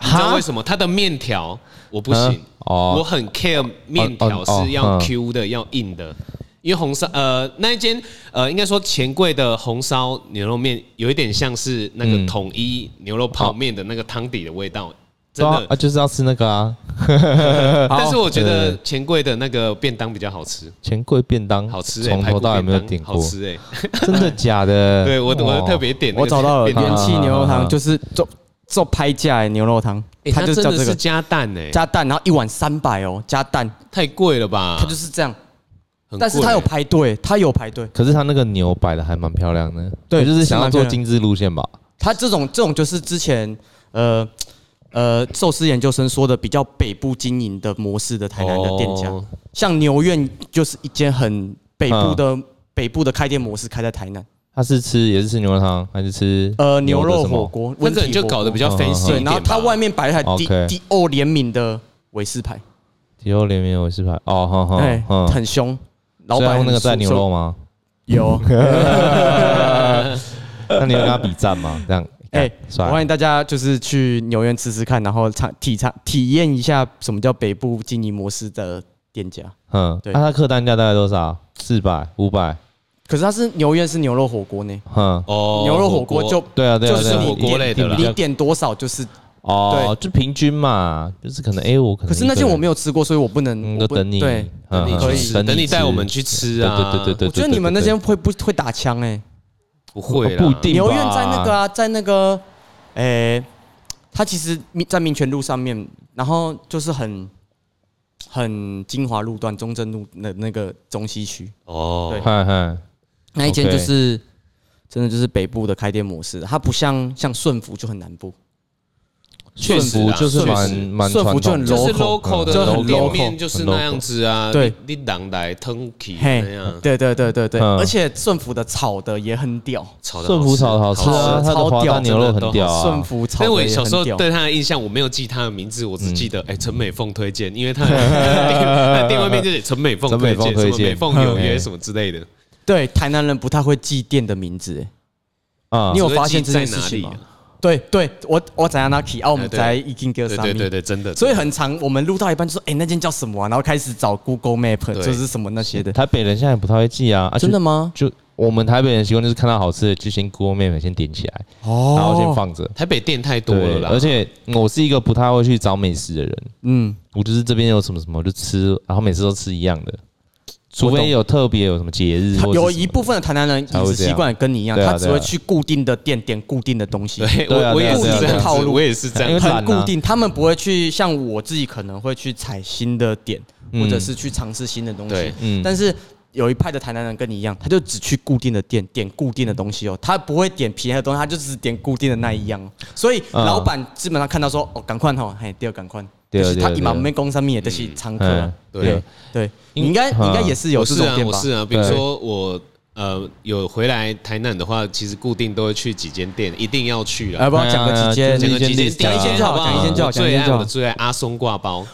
C: 知
B: 哈
C: 道为什么？它的面条我不行
B: 嗯，哦
C: 我很 care 面条
B: 哦哦
C: 是要
B: 嗯
C: Q 的，要硬的。因为红烧呃那一间呃应该说钱柜的红烧牛肉面有一点像是那个
B: 嗯
C: 统一牛肉泡面的那个汤底的味道，
B: 对
C: 真
B: 啊
C: 的
B: 啊，就是要吃那个啊，
C: 但是我觉
B: 对
C: 得
B: 对
C: 钱柜的那个便当比较好吃，
B: 钱柜便当
C: 好吃哎、欸，
B: 从
C: 排
B: 头
C: 骨
B: 到尾
C: 便
B: 没有
C: 当
B: 点
C: 好
B: 过，
C: 吃哎、
B: 真的假的？
C: 对我我
B: 哇
C: 特别点那
A: 我
C: 个便当，
A: 找到了
C: 它
A: 元气牛肉汤，
B: 嗯
A: 就是做做拍价的牛肉汤，它
C: 它
A: 就
C: 哎欸真
A: 叫
C: 的
A: 这
C: 是
A: 个
C: 加蛋哎、
A: 加蛋，然后一碗三百哦，加蛋，
C: 太贵了吧？
A: 它就是这样，
C: 啊很贵
A: 但是它有排队，它有排队，
B: 可是他那个牛摆的还蛮漂亮的，
A: 对
B: 我就是
A: 是
B: 想要
A: 蛮漂
B: 做
A: 亮
B: 精致路线吧。
A: 它这种这种就是之前呃呃寿司研究生说的比较北部经营的模式的台南的店家，
C: 哦
A: 像牛苑就是一间很北部的、北部的开店模式，开在台南，
B: 他是吃也是吃牛肉汤，还是吃
A: 呃
B: 牛
A: 牛
B: 的
A: 肉
B: 什么
A: 火锅，
C: 那
A: 温体
C: 个
A: 火
C: 你就搞得比较
B: 嗯嗯嗯
C: fancy 一
A: 对，
C: 点吧
A: 然后它外面摆了一台 D
B: OK
A: D O 联名的韦氏牌，
B: 鸡肉联名我是排哦，哈哈
A: 哎，，
B: 嗯，
A: 很凶，老
B: 所以他
A: 板
B: 用
A: 很
B: 那个蘸
A: 熟
B: 牛肉吗？
A: 有。
B: 那你有跟他比赞吗？这样，
A: 哎
B: 哎，，
A: 我欢
B: 算
A: 迎大家就是去纽约吃吃看，然后尝体尝体验一下什么叫北部经营模式的店家。
B: 嗯，
A: 对
B: 那他客单价大概多少？四百、五百，
A: 可是它是纽约是牛肉火锅呢，
B: 嗯，
C: 哦
A: 牛肉火锅就
B: 对啊，对啊，
A: 就是
B: 对啊
A: 你
C: 火锅类的啦
A: 你点多少就是，
B: 哦，就平均嘛，就是可能哎，我可能
A: 可是那间我没
B: 有，
A: 有吃过，所以我不能
B: 嗯，
A: 我
B: 都
A: 不
B: 等你，
A: 对，
B: 嗯
A: 你
B: 嗯
A: 可以
C: 去吃等你
B: 吃
C: 带我们去吃
A: 嗯
C: 啊。
B: 对对对对对，哦
A: 我觉得你们那间会不会打枪哎？
C: 不会啦，
B: 不一定
A: 牛苑在那个啊，在那个，诶，它其实民在民权路上面，然后就是很很精华路段、中正路那那个中西区。
C: 哦
A: 对。
B: 嗨嗨，
A: 那一间就
B: OK
A: 是真的就是北部的开店模式，它不像像顺福就很南部，
C: 确实
B: 顺
C: 啊
B: 服就是
C: 确
B: 蛮
C: 实
B: 蛮
A: 顺服
B: 传
A: 就
B: 统
A: 很 local，嗯
B: 的，
C: 就是 local
A: 就
C: 的
A: 很
C: 店
A: local，
C: 面就是那样子啊，
A: 对
C: 你，你狼来 turkey
A: 嘿
C: 那样，，
A: 对对对对对，
B: 嗯
A: 而且顺福的炒的也很屌，
C: 炒的
B: 顺福炒的好吃啊，
A: 吃
B: 它的
A: 超
B: 滑
A: 屌
B: 蛋牛肉
C: 真的都
B: 很屌啊，
A: 顺福炒
C: 但
A: 的
C: 我
A: 也
C: 小时候
A: 很屌。嗯
C: 对他的印象，我没有记他的名字，我只记得哎陈美凤推荐，因为 他他的店外面就是陈美凤
B: 陈美
C: 推
B: 凤
C: 荐，什么
B: 推荐
C: 美凤纽约
B: 嗯
C: 什么之类的。
A: 对，台南人不太会记店的名字，欸
B: 啊
A: 你有
C: 所以
A: 发现
C: 记
A: 这件
C: 在
A: 事
C: 哪
A: 情
C: 里
A: 吗
C: 啊？
A: 对对，我我怎样 lucky 啊，我们
C: 哎对
A: 在一进哥
C: 对
A: 上
C: 对对
A: 面。
C: 对，真的。
A: 所以很长，我们录到一半就说：“哎、那间叫什么啊？”然后开始找 Google Map，
C: 对
A: 就是什么那些的。
B: 台北人现在不太会记啊，啊
A: 真的吗？
B: 就就我们台北人习惯就是看到好吃的就先 Google Map 先点起来，
A: 哦
B: 然后先放着。
C: 台北店太多了
B: 对，
C: 啦，
B: 而且我是一个不太会去找美食的人，
A: 嗯，
B: 我就是这边有什么什么我就吃，然后每次都吃一样的，除非有特别有什么节日或者
A: 有一部分的台南人饮食习惯也跟你一样，
B: 才会这
A: 他只
B: 样
A: 会去固定的店点固定的东西。
C: 对
B: 啊对啊
C: 我我
B: 对
C: 也
B: 啊
C: 是
B: 对啊
C: 这
B: 对
C: 样
A: 啊
C: 子，我也是这
B: 因
C: 样
B: 为
C: 子。
B: 懒啊
A: 很固定，他们不会去像我自己可能会去踩新的点，
B: 嗯
A: 或者是去尝试新的东西
C: 对。
B: 嗯
A: 但是有一派的台南人跟你一样，他就只去固定的店点固定的东西哦，他不会点便宜的东西，他就只点固定的那一样哦。所以
B: 嗯
A: 老板基本上看到说，哦，赶快吼，嘿，对，赶快，
B: 对啊
A: 就是他
B: 对
A: 一忙
B: 对
A: 没工上面，就是常客啊
B: 嗯，，对，
A: 对，你应该
B: 嗯
A: 你应该也是有
C: 我
A: 这
C: 是
A: 种
C: 啊，
A: 店
C: 我
A: 吧？
C: 是啊，比如
B: 对
C: 说我呃有回来台南的话，其实固定都会去几间店，一定要去
A: 呃，
C: 了。
A: 不要讲个几
B: 哎呀
A: 间，
C: 讲
B: 就
C: 个
B: 是
C: 几间
A: 讲
C: 店啊哦
A: 一间就好，
C: 不
A: 讲一间就好，
C: 我
A: 讲一
C: 最
A: 间
C: 爱
A: 就
C: 我
A: 好嗯
C: 的。最爱阿松挂包，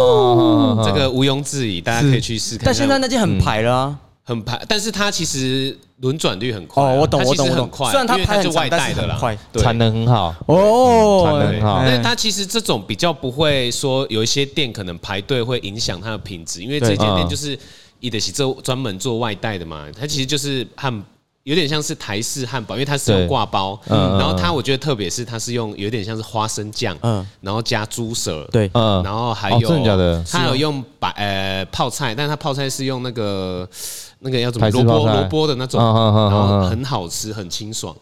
B: 哦
C: 这个毋庸置疑，大家可以去试看看。
A: 但现在那间
B: 嗯
A: 很排了啊。
C: 很排，但是它其实轮转率很快啊。
A: 哦，我懂，
C: 它
A: 我
C: 其
A: 懂，
C: 实
A: 我
C: 很
A: 懂
C: 快，。
A: 虽然
C: 因
A: 它
C: 为
A: 排
C: 它是
A: 很长
C: 外，
A: 但
C: 带
A: 是
C: 的
A: 很
C: 啦，
A: 快。
C: 对
B: 产能很好，
A: 哦，
B: 嗯传得很好
A: 哎
C: 但它其实这种比较不会说有一些店可能排队会影响它的品质，因为这
A: 对
C: 间店
B: 嗯
C: 就是伊德西做专门做外带的嘛，它其实就是汉。有点像是台式汉堡，因为它是用
B: 对
C: 挂包，
B: 嗯
C: 然后它我觉得特别是它是用有点像是花生酱，
A: 嗯
C: 然后加猪舌，
A: 对
B: 嗯
C: 然后还
B: 哦
C: 有
B: 真的假的
C: 它有用白呃泡菜，但它泡菜是用那个那个要怎么
B: 台式
C: 萝卜
B: 泡菜
C: 萝卜的那种，
B: 嗯嗯嗯嗯
C: 然后
B: 嗯
C: 很好吃很清爽，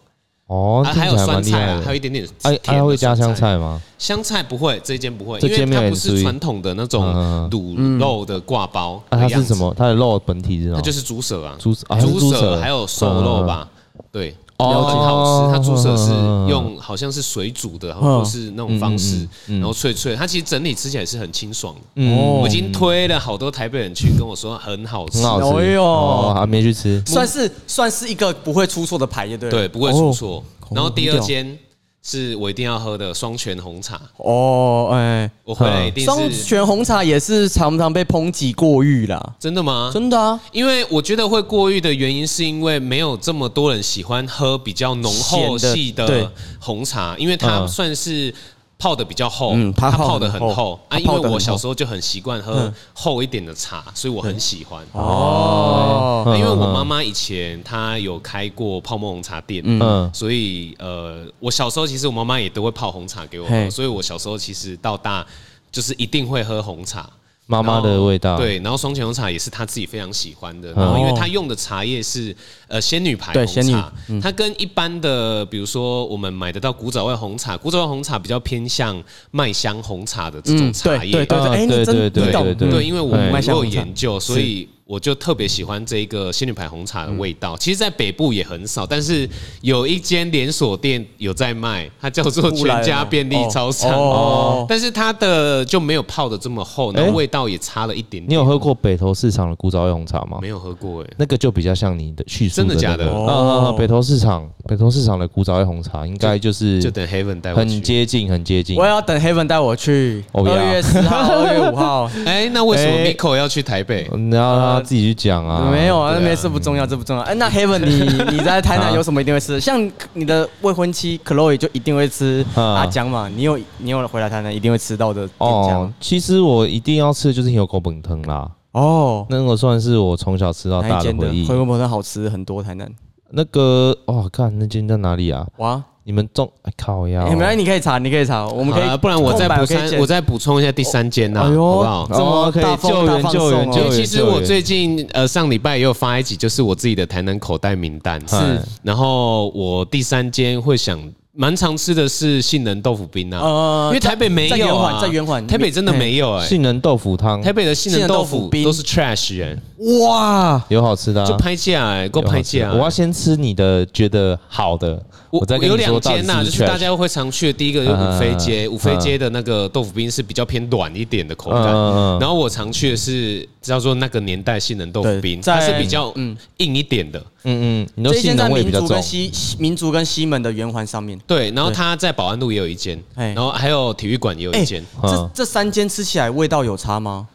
B: 哦，
C: 啊还
B: 听
C: 有
B: 起来
C: 酸
B: 蛮厉
C: 菜
B: 害
C: 啊，还有
B: 的
C: 一。点点
B: 哎，
C: 甜
B: 还
C: 的
B: 会加香
C: 酸
B: 菜吗？
C: 香菜不会，这一间不会，
B: 这
C: 因
B: 间
C: 为它
B: 没有
C: 不
B: 注
C: 是
B: 意
C: 传统的那种
B: 嗯
C: 卤肉的挂包
B: 那
C: 的
B: 啊它
C: 样子。
B: 是什么？它的肉本体是什么？
C: 它就是猪舌啊，
B: 猪舌啊它是
C: 猪
B: 猪舌
C: 舌还有瘦肉吧？对，
B: 哦
C: 然后很好吃。它猪舌是
B: 嗯嗯嗯嗯
C: 用好像是水煮的，
A: 嗯
C: 或是那种方式，然后脆脆。它其实整体吃起来是很清爽的。
A: 哦
C: 我已经推了好多台北人去跟我说很好吃
B: 很，好吃。
A: 哎呦
B: 哦，还没去吃。
A: 算是算是一个不会出错的牌，对不
C: 对，
A: 对？
C: 不会出错
A: 哦。
C: 然后第二
A: 很屌
C: 间是我一定要喝的双泉红茶，
A: 哦，哎，
C: 我回来一定
A: 双
C: 是
A: 泉红茶也是常常被抨击过誉啦，
C: 真的吗？
A: 真的啊，
C: 因为我觉得会过誉的原因，是因为没有这么多人喜欢喝比较浓厚
A: 咸的
C: 系
A: 对
C: 的红茶，因为它
B: 嗯
C: 算是泡的比较厚，
A: 嗯它
C: 它
A: 泡
C: 泡
A: 得
C: 的
A: 很
C: 很
A: 厚
C: 厚
A: 它
C: 啊。因
A: 泡
C: 为
A: 得很
C: 我小
A: 厚
C: 时候就很习惯喝
A: 嗯
C: 厚一点的茶，所以我很喜欢。啊
A: 哦，
C: 因为我
B: 嗯嗯
C: 妈妈以前她有开过泡沫红茶店，
B: 嗯
C: 所以呃，我小时候其实我妈妈也都会泡红茶给我
A: 嘿
C: 喝，所以我小时候其实到大就是一定会喝红茶。
B: 妈妈
C: 然
B: 的
C: 后
B: 味道。，
C: 对，然后双泉红茶也是他自己非常喜欢的，然后因为他用的茶叶是呃仙女牌
A: 对
C: 红
A: 仙女
C: 茶，它跟一般的比如说我们买得到古早味红茶，古早味红茶比较偏向麦香红茶的这种
A: 对
C: 茶叶，
A: 对对对，
B: 嗯
A: 哎，你
B: 对
A: 真
B: 对对
A: 你懂
B: 对
C: 对，因为我
B: 嗯
C: 们
A: 麦香
C: 有
A: 红茶
C: 研究，所以我就特别喜欢这一个仙女牌红茶的味道。其实，在北部也很少，但是有一间连锁店有在卖，它叫做
A: 布莱
C: 全
A: 尔
C: 家
A: 吗
C: 便利超商。
A: 哦哦
C: 哦，但是它的就没有泡的这么厚，然后
B: 哎
C: 味道也差了一点点。
B: 你有喝过北投市场的古早味红茶吗
C: 没？有喝过哎、
B: 那个就比较像你的叙述
C: 真的
B: 的
C: 假
B: 那个嗯
C: 的
A: 哦
B: 嗯嗯北投市场，北投市场的古早味红茶应该就是
C: 就等 Heaven 带我
B: 很
C: 去。
B: 接近，很接近
A: 我。要等 Heaven 带我去，
B: 哦
A: 二
B: 呀
A: 月十号、二月五 号，
C: 哎、那为什么
B: 哎
C: Miko 要去台北？
B: 嗯你要让他自己去讲啊。啊
A: 没有啊，
C: 对啊
A: 那没事不重要，这不重要。哎，那 Heaven 你你在台南有什么一定会吃？像你的未婚妻 Chloe 就一定会吃
B: 啊
A: 阿江嘛，你有你有回来台南一定会吃到的点
B: 哦
A: 江，
C: 啊
B: 其实我一定要吃的就是牛狗本汤啦，
A: 哦，
B: 那个算是我从小吃到
A: 哪
B: 哦大
A: 一
B: 的
A: 间的
B: 回忆
A: 回。锅摩汤好吃很多，台南
B: 那个哦，看那间在哪里啊？
A: 哇，
B: 你们中哎靠呀！
A: 哎没关系，你可以查，你可以查，我们可
C: 好啦
A: 以，
C: 不然我再补
A: 空白可以
C: 充，
A: 剪
C: 我再补充一下第三间呐、
A: 哎呦
C: 好不好？
A: 这么
B: 哦可以
A: 大放
B: 救
A: 大
B: 援
A: 放
B: 救援
A: 送哦
B: 救
C: 因
B: 援。
C: 为其实
B: 救
C: 我
B: 援
C: 最近呃上礼拜也有发一集，就是我自己的台南口袋名单。
A: 是
C: 然后我第三间会想蛮常吃的是杏仁豆腐冰啊，
A: 呃
C: 因为台北没
A: 在圆
C: 有
A: 环，
C: 啊，
A: 在圆环，
C: 台北真的没有哎、
B: 杏仁豆腐汤
C: 台北的杏仁豆腐都是 trash 人，
A: 哇，
B: 有好吃的啊，
C: 就拍价哎，够
B: 有好
C: 拍
B: 吃的
A: 啊
C: 价。
B: 我要先吃你的觉得好的，
C: 我
B: 再跟
C: 有
B: 你说
C: 两
B: 到底
C: 间呐，
A: 啊
B: 是
C: 就
B: 不
C: 是大
B: trash
C: 家会常去的。第一个就是五妃街，
B: 嗯
C: 五妃街的那个豆腐冰是比较偏软一点的口感。
B: 嗯嗯嗯
C: 然后我常去的是叫做那个年代杏仁豆腐
A: 对
C: 冰，它
A: 在
C: 是比较硬一点的。
B: 嗯嗯，你说
A: 这一
B: 杏
A: 间在
B: 仁味
A: 民
B: 比较
A: 族
B: 重
A: 跟，西西民族跟西门的圆环上面，
C: 对，然后
A: 对
C: 它在保安路也有一间，
A: 哎
C: 然后还有体育馆也有一间。
A: 这
B: 嗯
A: 这三间吃起来味道有差吗？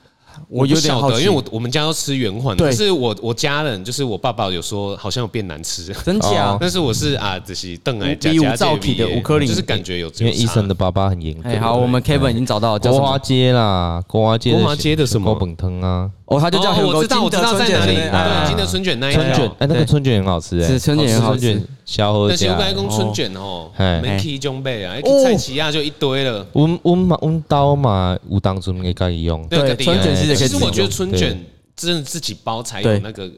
A: 我
C: 不
A: 有点
C: 晓
A: 好
C: 得，
A: 奇，
C: 因为我我们家都吃圆环，
A: 对
C: 但是我我家人就是我爸爸有说好像有变难吃，
A: 真假
B: 哦，
C: 但是我是啊，这是邓来
A: 五
C: 加
A: 比五
C: 加
A: 造体的五颗零
C: 就是感觉有
B: 因为医生
C: 的
B: 的爸爸很严格。
A: 哎，好，我们 Kevin 已经找到了叫什
B: 国华
A: 么？
B: 街啦，国华街
C: 国华街的什么
B: 狗本汤啊，
A: 哦，他就叫
C: 我知道我知道在哪里，
A: 啊
C: 对，金德春卷那一条
B: 春卷，哎，那
A: 对
B: 个春卷很好吃，
A: 是
B: 哎，
A: 春卷很好
B: 春
A: 吃
B: 卷，小河
C: 但是
B: 家
C: 我。刚才讲春卷哦
B: 嘿，哦
C: 没去中备啊，
A: 哦
C: 去菜市亚就一堆了。
B: 阮阮嘛，阮兜嘛有当阵会家己用，
A: 对
C: 那个地
A: 春卷其实也可以自
C: 其实
A: 己
C: 我觉得
A: 做
C: 春卷真的自己包才有
A: 对
C: 那个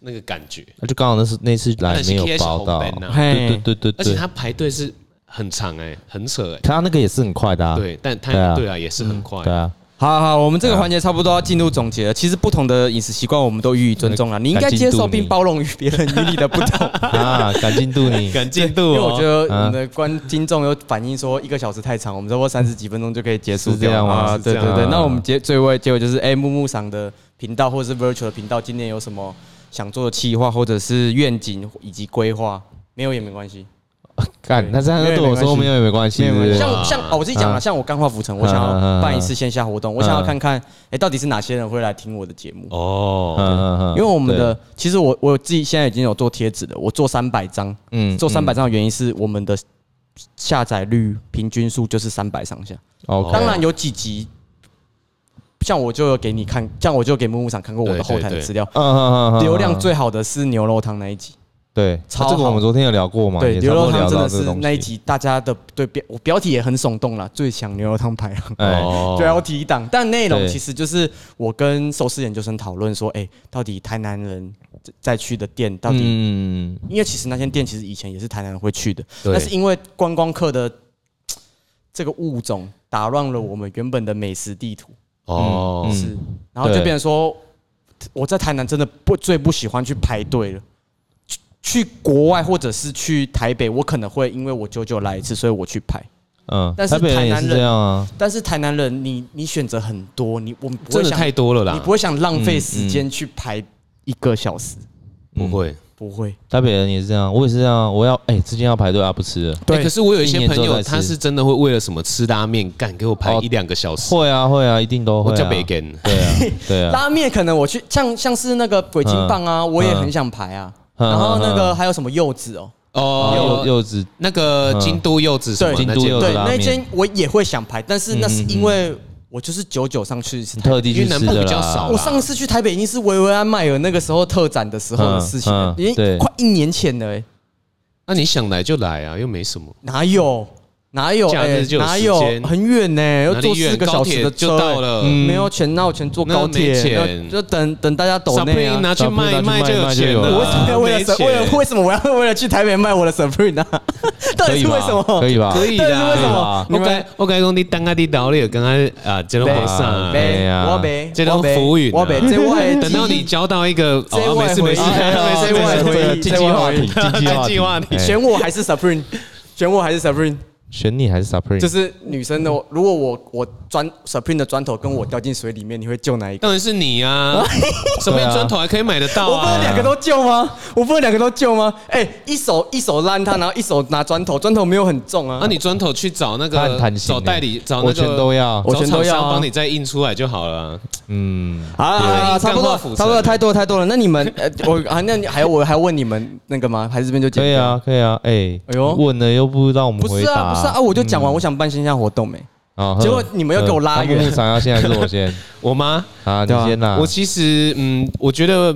C: 那个感觉，
B: 那就刚好那是那次来没有包到
C: 那是 KS 红灯，
B: 对对
C: 啊
A: 嘿，
B: 对对
C: 而且
B: 对，
C: 它排队是很长哎，很扯哎。
B: 他那个也是很快的啊，
C: 对，但
B: 对
C: 它
B: 啊
C: 对啊也是很快
B: 对。啊，
A: 好好，我们这个环节差不多要进入总结了。其实不同的饮食习惯，我们都予以尊重了。你应该接受并包容于别人与你的不同。
B: 啊，赶进度 你，
C: 赶进
A: 因
C: 度
A: 为我觉
C: 哦。
A: 得我们的观听众有反映说，一个小时太长，我们差不多三十几分钟就可以结束
B: 是这
A: 掉
B: 样吗
A: 啊
B: 是
A: 对
B: 这
A: 对
B: 样
A: 对，
B: 啊
A: 那我们结最后结尾就是，哎，木木赏的频道或者是 Virtual 的频道，今年有什么想做的企划或者是愿景以及规划？没有也没关系。
B: 干，那这样对我说没有也没关系，
A: 没有没有，
B: 是不是
A: 像像哦，我自己讲了，
B: 啊
A: 像我钢化浮城，我想
B: 嗯嗯
A: 要
B: 嗯
A: 办一次线下活动，我想要
B: 嗯
A: 看看，哎，到底是哪些人会来听我的节目？
B: 嗯
C: 哦，
B: 嗯
A: 因
B: 嗯
A: 为我们的其实我我自己现在已经有做贴纸了，我做三百张，
B: 嗯
A: 做三百
B: 嗯
A: 张的原因是我们的下载率平均数就是三百上下。
B: ，OK，
A: 当然有几集，像我就有给你看，像我就给木木厂看过我的后台的
C: 对对对
A: 资料，
B: 嗯嗯嗯嗯嗯
A: 流量最好的是牛肉汤那一集。
B: 对，啊
A: 超好
B: 这个我们昨天有聊过嘛，
A: 对，
B: 也
A: 牛肉
B: 差不多
A: 汤
B: 聊
A: 真
B: 到
A: 的
B: 这个
A: 是
B: 东西
A: 那一，集大家的对标，我标题也很耸动啦，最想牛肉汤排行。
B: 哎，
C: 哦
A: 标题党，但内容
B: 对
A: 其实就是我跟寿司研究生讨论说，哎、到底台南人在去的店到底
B: 嗯，
A: 因为其实那间店其实以前也是台南人会去的，
B: 对
A: 但是因为观光客的嘖这个物种打乱了我们原本的美食地图，
C: 哦
B: 嗯，
A: 是，然后就
B: 对
A: 变成说我在台南真的不最不喜欢去排队了。去去国外或者是去台北，我可能会因为我久久来一次，所以我去排。
B: 嗯，
A: 但是
B: 台北人也
A: 台
B: 是
A: 南人
B: 这样啊，
A: 但是台南人，你你选择很多，你我们不
C: 真
A: 会
C: 的
A: 想，
C: 太多了
A: 你
C: 啦
A: 不，会想浪费时
B: 嗯
A: 间去排一个小时，
C: 不会。
A: 不会。
B: 台北人也是这样，我也是这样，我要哎，之前要排队啊，不吃了，
C: 欸可是我有一些朋
B: 一年之后再
C: 友，
B: 吃
C: 他是真的会为了什么吃拉面干，给我排
B: 哦
C: 一两个小时，
B: 会啊会啊，一定都会
C: 我
B: 啊，
C: 叫北根。
B: 对啊 对啊，
A: 拉面可能我去像像是那个鬼金棒啊，我也很想排啊。
B: 嗯
A: 然后那个还有什么柚子哦，
C: 哦
B: 柚，柚子
C: 那个京都柚子什么
A: 对
C: 那
B: 嗯
C: 间
B: 京都柚子
A: 对，
B: 拉
A: 那
B: 面
A: 间我也会想排，但是那是
B: 嗯嗯嗯
A: 因为我就是久久上去一次台北。
B: 特地去
C: 因为南
B: 吃
C: 部
B: 的
C: 比较
B: 啦
C: 少，
A: 我上次去台北已经是维维安迈尔那个时候特展的时候的事情了，
B: 嗯嗯
A: 已经
B: 对
A: 快一年前了、欸，
C: 那你想来就来啊，又没什么。
A: 哪有哪有
C: 假
A: 哎、
C: 日就有
A: 哪
C: 时
A: 有
C: 间
A: 很远呢、要
C: 哪里
A: 坐四
C: 远
A: 个小时的
C: 高铁就
A: 车、
C: 到
A: 欸
C: 了
A: 嗯没有钱，那我全坐高铁
C: 那没，钱
A: 那就等等大家抖
C: 上
A: 内
C: 配
A: 啊。
C: 拿去卖
B: 上配拿去卖
C: 卖就有
B: 卖就
C: 钱
B: 有
C: 了
A: 我
B: 了
C: 啊。
A: 为什么要为了
C: 没
A: Sup- 为了
C: 钱
A: 为什么我要为了去台北卖我的 Supreme 呢、 到
B: 可
A: 底
B: 以
A: 是 为
B: 吧
A: 什么？
B: 可以吧？
C: 可以
A: 但是
C: 啦
A: 为什么
B: 吧
A: 你
C: 我
A: 们
C: 该我该讲你当阿弟导你有跟他啊，这种
A: 对
C: 往上
B: 对
A: 没，
B: 啊
A: 我没，
C: 哎这
A: 我
C: 都
A: 没
C: 浮云啊
A: 我没，这我也
C: 等到你交到一个
A: 这
C: 哦，
A: 外
C: 没事
A: 回
B: 啊
C: 没事
A: 忆这
C: 没事
A: 外
C: 没事
A: 回忆
C: 没事，
A: 这外回忆
B: 经济话题
C: 经济话题
B: 哎
A: 选我还是 Supreme，选 我还是 Supreme，
B: 选你还是 Supreme？
A: 就是女生的。如果我我砖 Supreme 的砖头跟我掉进水里面，你会救哪一个？
C: 当然是你 啊，什么样砖头还可以买得到
A: 我不能
C: 啊？
A: 两个都救吗？我不能两个都救吗？哎，一手一手拉他，然后一手拿砖头，砖头没有很重啊
C: 那。你砖头去找那
B: 他很
C: 个
B: 弹性
C: 找
B: 欸
C: 代理找那
B: 我
C: 个
B: 全都要
A: 我全都要啊
C: 找厂商帮你再印出来就好了。
B: 嗯，
A: 好了，好了好了差不多，差不多，太多太多了。那你们，呃，我啊，那你还有我还问你们那个吗？还是这边就
B: 可
A: 剪
B: 以
A: 掉？
B: 啊，可以啊，哎，
A: 哎呦
B: 问了又不让我们
A: 不
B: 回
A: 是啊，
B: 答，
A: 不是啊，啊我就讲完，我想办线下活动没？欸
B: 啊，
A: 结果你们又给我拉远
B: 木场要现在是我先
C: 我妈，
B: 啊，你
A: 对啊
B: 先啦
C: 我，其实嗯，我觉得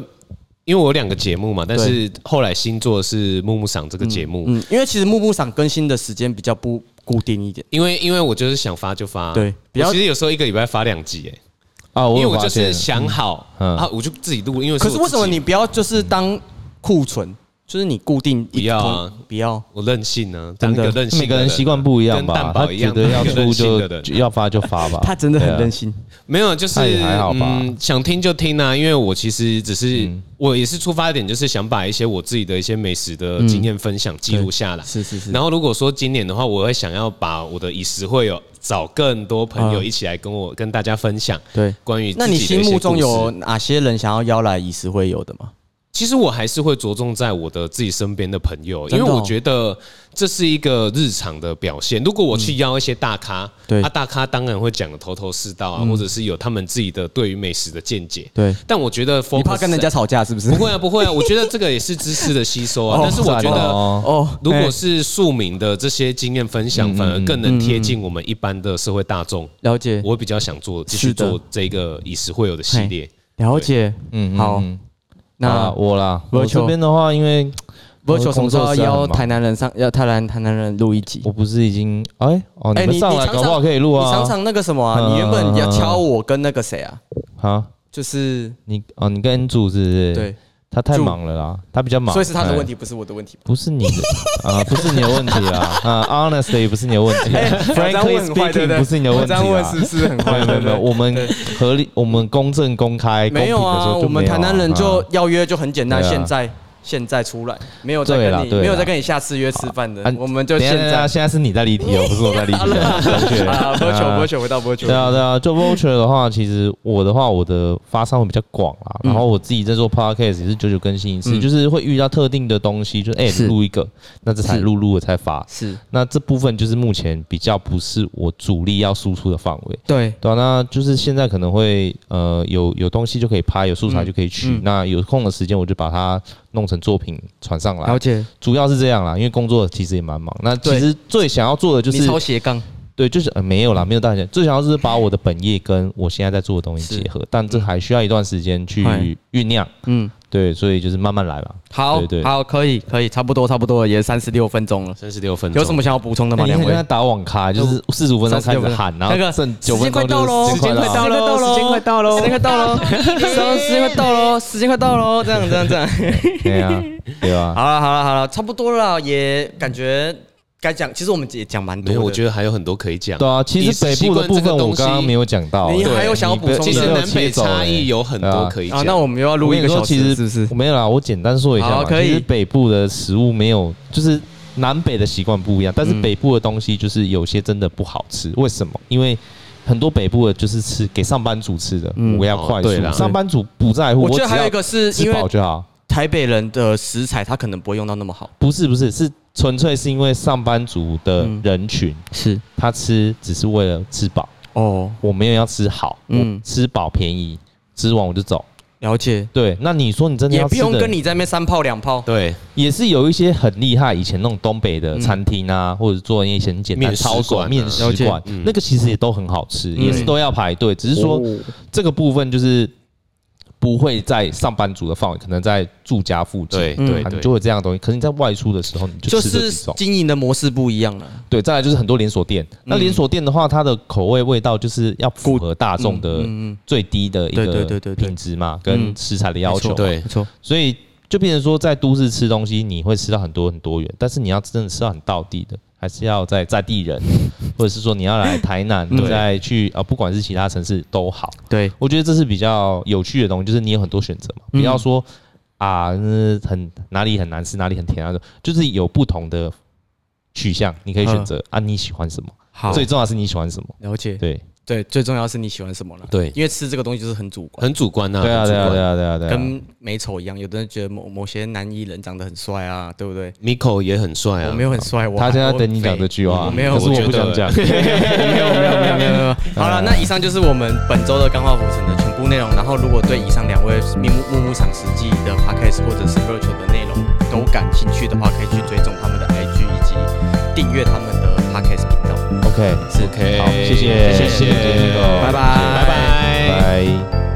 C: 因为我有两个节目嘛，但是后来新做的是木木赏这个节目，
A: 嗯，因为其实幕布赏更新的时间比较不固定一点。
C: 因为因为我就是想发就发，
A: 对比
C: 我
A: 较
C: 其实有时候一个礼拜发两集，哎，
B: 啊，
C: 因为
B: 有
C: 我
B: 发
C: 就
B: 现
C: 是想好
B: 嗯
C: 啊，我就自己录，因为
A: 可是
C: 我
A: 为
C: 自己
A: 什么你不要就是当库存，就是你固定一
C: 不要啊
A: 同不要？
C: 我任性呢？当一个
A: 真的
C: 任性的，啊
B: 每个人习惯不一样吧，
C: 跟蛋堡一样
B: 他觉得要
C: 当一个
B: 出
C: 任性
B: 就
C: 的人
B: 就要发就发吧， 啊
A: 他真的很任性，
C: 没有，就是
B: 那也还好吧嗯
C: 嗯，想听就听啊，因为我其实只是、我也是出发点，就是想把一些我自己的一些美食的
B: 嗯
C: 经验分享记录下来。
A: 是是是。
C: 然后如果说今年的话，我会想要把我的以食会有找更多朋友
A: 嗯
C: 一起来跟我、跟大家分享
A: 对，
C: 关于
A: 那
C: 自
A: 你
C: 己的一
A: 心
C: 些
A: 目中
C: 故事
A: 有哪些人想要邀来以食会友的吗？
C: 其实我还是会着重在我的自己身边的朋友，因
A: 真
C: 为
A: 的哦
C: 我觉得这是一个日常的表现。如果我去邀一些大咖，
A: 嗯对嗯
C: 啊，大咖当然会讲的头头是道啊，或者是有他们自己的对于美食的见解。
A: 对，
C: 但我觉得 focus
A: 你怕跟人家吵架是不是？
C: 不会啊，不会啊，我觉得这个也是知识的吸收
A: 哦
C: 啊。但是我觉得，
B: 哦，
A: 哦
C: 如
A: 哎
C: 果是庶民的这些经验分
B: 哎
C: 享，反而更
B: 嗯
C: 能贴近我们一般的社会大众。
A: 了解，
C: 我比较想做继续
A: 是的
C: 做这个以食会友的系列。
B: 哎
A: 了解，
B: 嗯，嗯
A: 好
B: 嗯好啦
A: 那
B: 我啦，我
A: Virtual
B: 这边的话，因为
A: Virtual 什么时候
B: 工作室很
A: 邀
B: 忙
A: 台南人上，要台南台南人录一集？
B: 我不是已经哎哦，你
A: 哎，
B: 们
A: 你
B: 上
A: 你
B: 来
A: 常
B: 搞不好
A: 常
B: 可以录啊，
A: 你常常那个什么啊，
B: 嗯
A: 你原本要敲我跟那个谁啊，
B: 好，
A: 就是
B: 你哦，你跟 N 组是不是？
A: 对，
B: 他太忙了啦，他比较忙，
A: 所以是他的问
B: 题，
A: 题，不是我的问题吧。
B: 不是你的 啊，不是你的问题啦，啊，honestly 不是你的问 题
A: 我这样
B: 哎，frankly
A: 哎问很坏对
B: speaking
A: 对
B: 不是你的问
A: 我
B: 题
A: 这样问
B: 啦
A: 是。不是很
B: 没
A: 坏？
B: 有没有没有，
A: 对
B: 我们合理，我们公正、公开、
A: 对没有
B: 公平的时
A: 啊，
B: 候
A: 我
B: 就
A: 们
B: 没有
A: 台南人就
B: 啊
A: 要约就很简单，
B: 对啊
A: 现在现在出来，没有再
B: 对啦
A: 跟你
B: 对啦
A: 没有再跟你下次约吃饭的
B: 啊，
A: 我们就
B: 等一
A: 现
B: 下等一下
A: 在。
B: 现在是你在离题 哦，不是我在离题哦，正确
A: 啊，播球播球，回到播球
B: 对。啊，对啊，做 voucher 的话，其实我的话，我的发散会比较广啦。
A: 嗯
B: 然后我自己在做 podcast 也是久久更新一次，
A: 嗯
B: 就是会遇到特定的东西，就是哎
A: 是
B: 录、一个，那这才
A: 是
B: 录录了才发。
A: 是
B: 那这部分就是目前比较不是我主力要输出的范围。
A: 对，
B: 对啊，那就是现在可能会呃有有东西就可以拍，有素材就可以取。
A: 嗯嗯
B: 那有空的时间我就把它弄成作品传上来
A: 了。解。
B: 主要是这样啦，因为工作其实也蛮忙。那其
A: 对
B: 实最想要做的就是
A: 你超斜杠，
B: 对，就是呃没有啦，没有大钱，最想要是 把我的本业跟我现在在做的东西
A: 是嗯
B: 结合，但这还需要一段时间去
A: 嗨
B: 酝酿。
A: 嗯，
B: 对，所以就是慢慢来啦。
A: 好
B: 对对
A: 好，可以可以，差不多差不多了，也三十六分钟了。
C: 三十六分钟，
A: 有什么想要补充的吗？
B: 哎你
A: 两
B: 看
A: 位
B: 现在？打网咖，就是四十五分钟开始喊，然后
A: 那个
B: 剩
A: 时
B: 九分
A: 间
B: 钟
A: 快到喽，
B: 就是时间快到
A: 时
B: 了。
A: 间快到喽，时间快到喽，时间快到喽，时间快到喽，时间快到喽，这样这样这样。
B: 对啊，对啊，
A: 好了好了好了，差不多了，也感觉该讲，其实我们也讲蛮多
C: 没
A: 的。
C: 有，我觉得还有很多可以讲。
B: 对啊。其实北部的部分我刚刚没有讲到，
A: 你
B: 对
A: 还有想要补充
C: 其
B: 你
C: 实
B: 被
A: 的？
C: 南北差
B: 哎欸
C: 异有很多可以
A: 啊
C: 讲，，
A: 那我们又要录一个小时，是不是？
B: 没有啦，我简单说一下
A: 好
B: 嘛。
A: 可以
B: 其实北部的食物没有，就是南北的习惯不一样，但是
A: 嗯
B: 北部的东西就是有些真的不好吃。为什么？因为很多北部的就是吃给上班族吃的，
A: 嗯
B: 我要快
C: 哦
B: 速
C: 对，啦
B: 上班族不在乎。
A: 我
B: 我
A: 觉得
B: 只
A: 还有
B: 要
A: 一个是因
B: 吃饱
A: 为
B: 就好。
A: 台北人的食材，他可能不会用到那么好。
B: 不是不是，是纯粹是因为上班族的
A: 嗯
B: 人群，
A: 是
B: 他吃只是为了吃饱，
A: 哦，
B: 我没有要吃好，
A: 嗯
B: 我吃饱便宜，吃完我就走。
A: 了解，
B: 对，那你说你真的
A: 也
B: 要
A: 不
B: 吃
A: 用
B: 的
A: 跟你在那边三炮两炮。
C: 对
B: 也是有一些很厉害，以前那种东北
A: 嗯
B: 的餐厅啊，或者做一些很简单
C: 面食
B: 抄手
C: 馆啊
B: 面食
A: 了解
B: 馆
C: 嗯，
B: 那个其实也都很好吃，
A: 嗯哦
B: 也是都要排队，只是说这个部分就是不会在上班族的范围，可能在住家附近，
C: 对
A: 嗯
C: 对
B: 啊你
C: 对
B: 就，会这样的东西。可是你在外出的时候，你就
A: 就
B: 吃这
A: 是
B: 几种。
A: 经营的模式不一样了，
B: 对，再来就是很多连锁店，那
A: 嗯
B: 连锁店的话，它的口味味道就是要符合大众的
A: 嗯嗯，
B: 最低的一
A: 对对对
B: 个
A: 对对
B: 品质嘛，跟
A: 嗯
B: 食材的要求嘛。
C: 对
A: 没错，
B: 所以就变成说，在都市吃东西，你会吃到很多很多元，但是你要真的吃到很道地的，还是要在在地 人，或者是说你要来台南，你再去啊，不管是其他城市都好。
A: 对，
B: 我觉得这是比较有趣的东西，就是你有很多选择嘛，不
A: 嗯
B: 要说啊，那很哪里很难吃，哪里很甜啊，就是有不同的取向，你可以选择啊，你喜欢什么？
A: 嗯好，
B: 最重要的是你喜欢什么？
A: 了解，
B: 对
A: 对，最重要是你喜欢什么了，
C: 对
A: 因为吃这个东西就是很主嗯观，
C: 很主观呐，
B: 对啊
C: 很主
B: 对啊
C: 观
B: 对啊对啊对啊！
A: 跟美丑一样，有的人觉得某某些男艺人长得很帅啊，对不对？
C: Miko 也很帅啊，
A: 我没有很帅，我
B: 他现在
A: 我很
B: 等你讲
A: 肥
B: 这句话，
A: 我没有，
B: 可是
A: 我
B: 我
A: 觉
B: 不
A: 得
B: 想讲。
A: 没有没有没有没有没有。好了，那以上就是我们本周的钢化浮城的全部内容。然后，如果对以上两位木木木场实际的 podcast 或者是 virtual 的内容都感兴趣的话，可以去追踪他们的 IG 以及订阅他们的 podcast 频道。
B: OK，
A: 是
C: OK，
B: 好，谢谢，
A: 谢谢
B: 谢谢，
A: 拜
C: 拜
A: 拜
C: 拜拜。
B: 拜。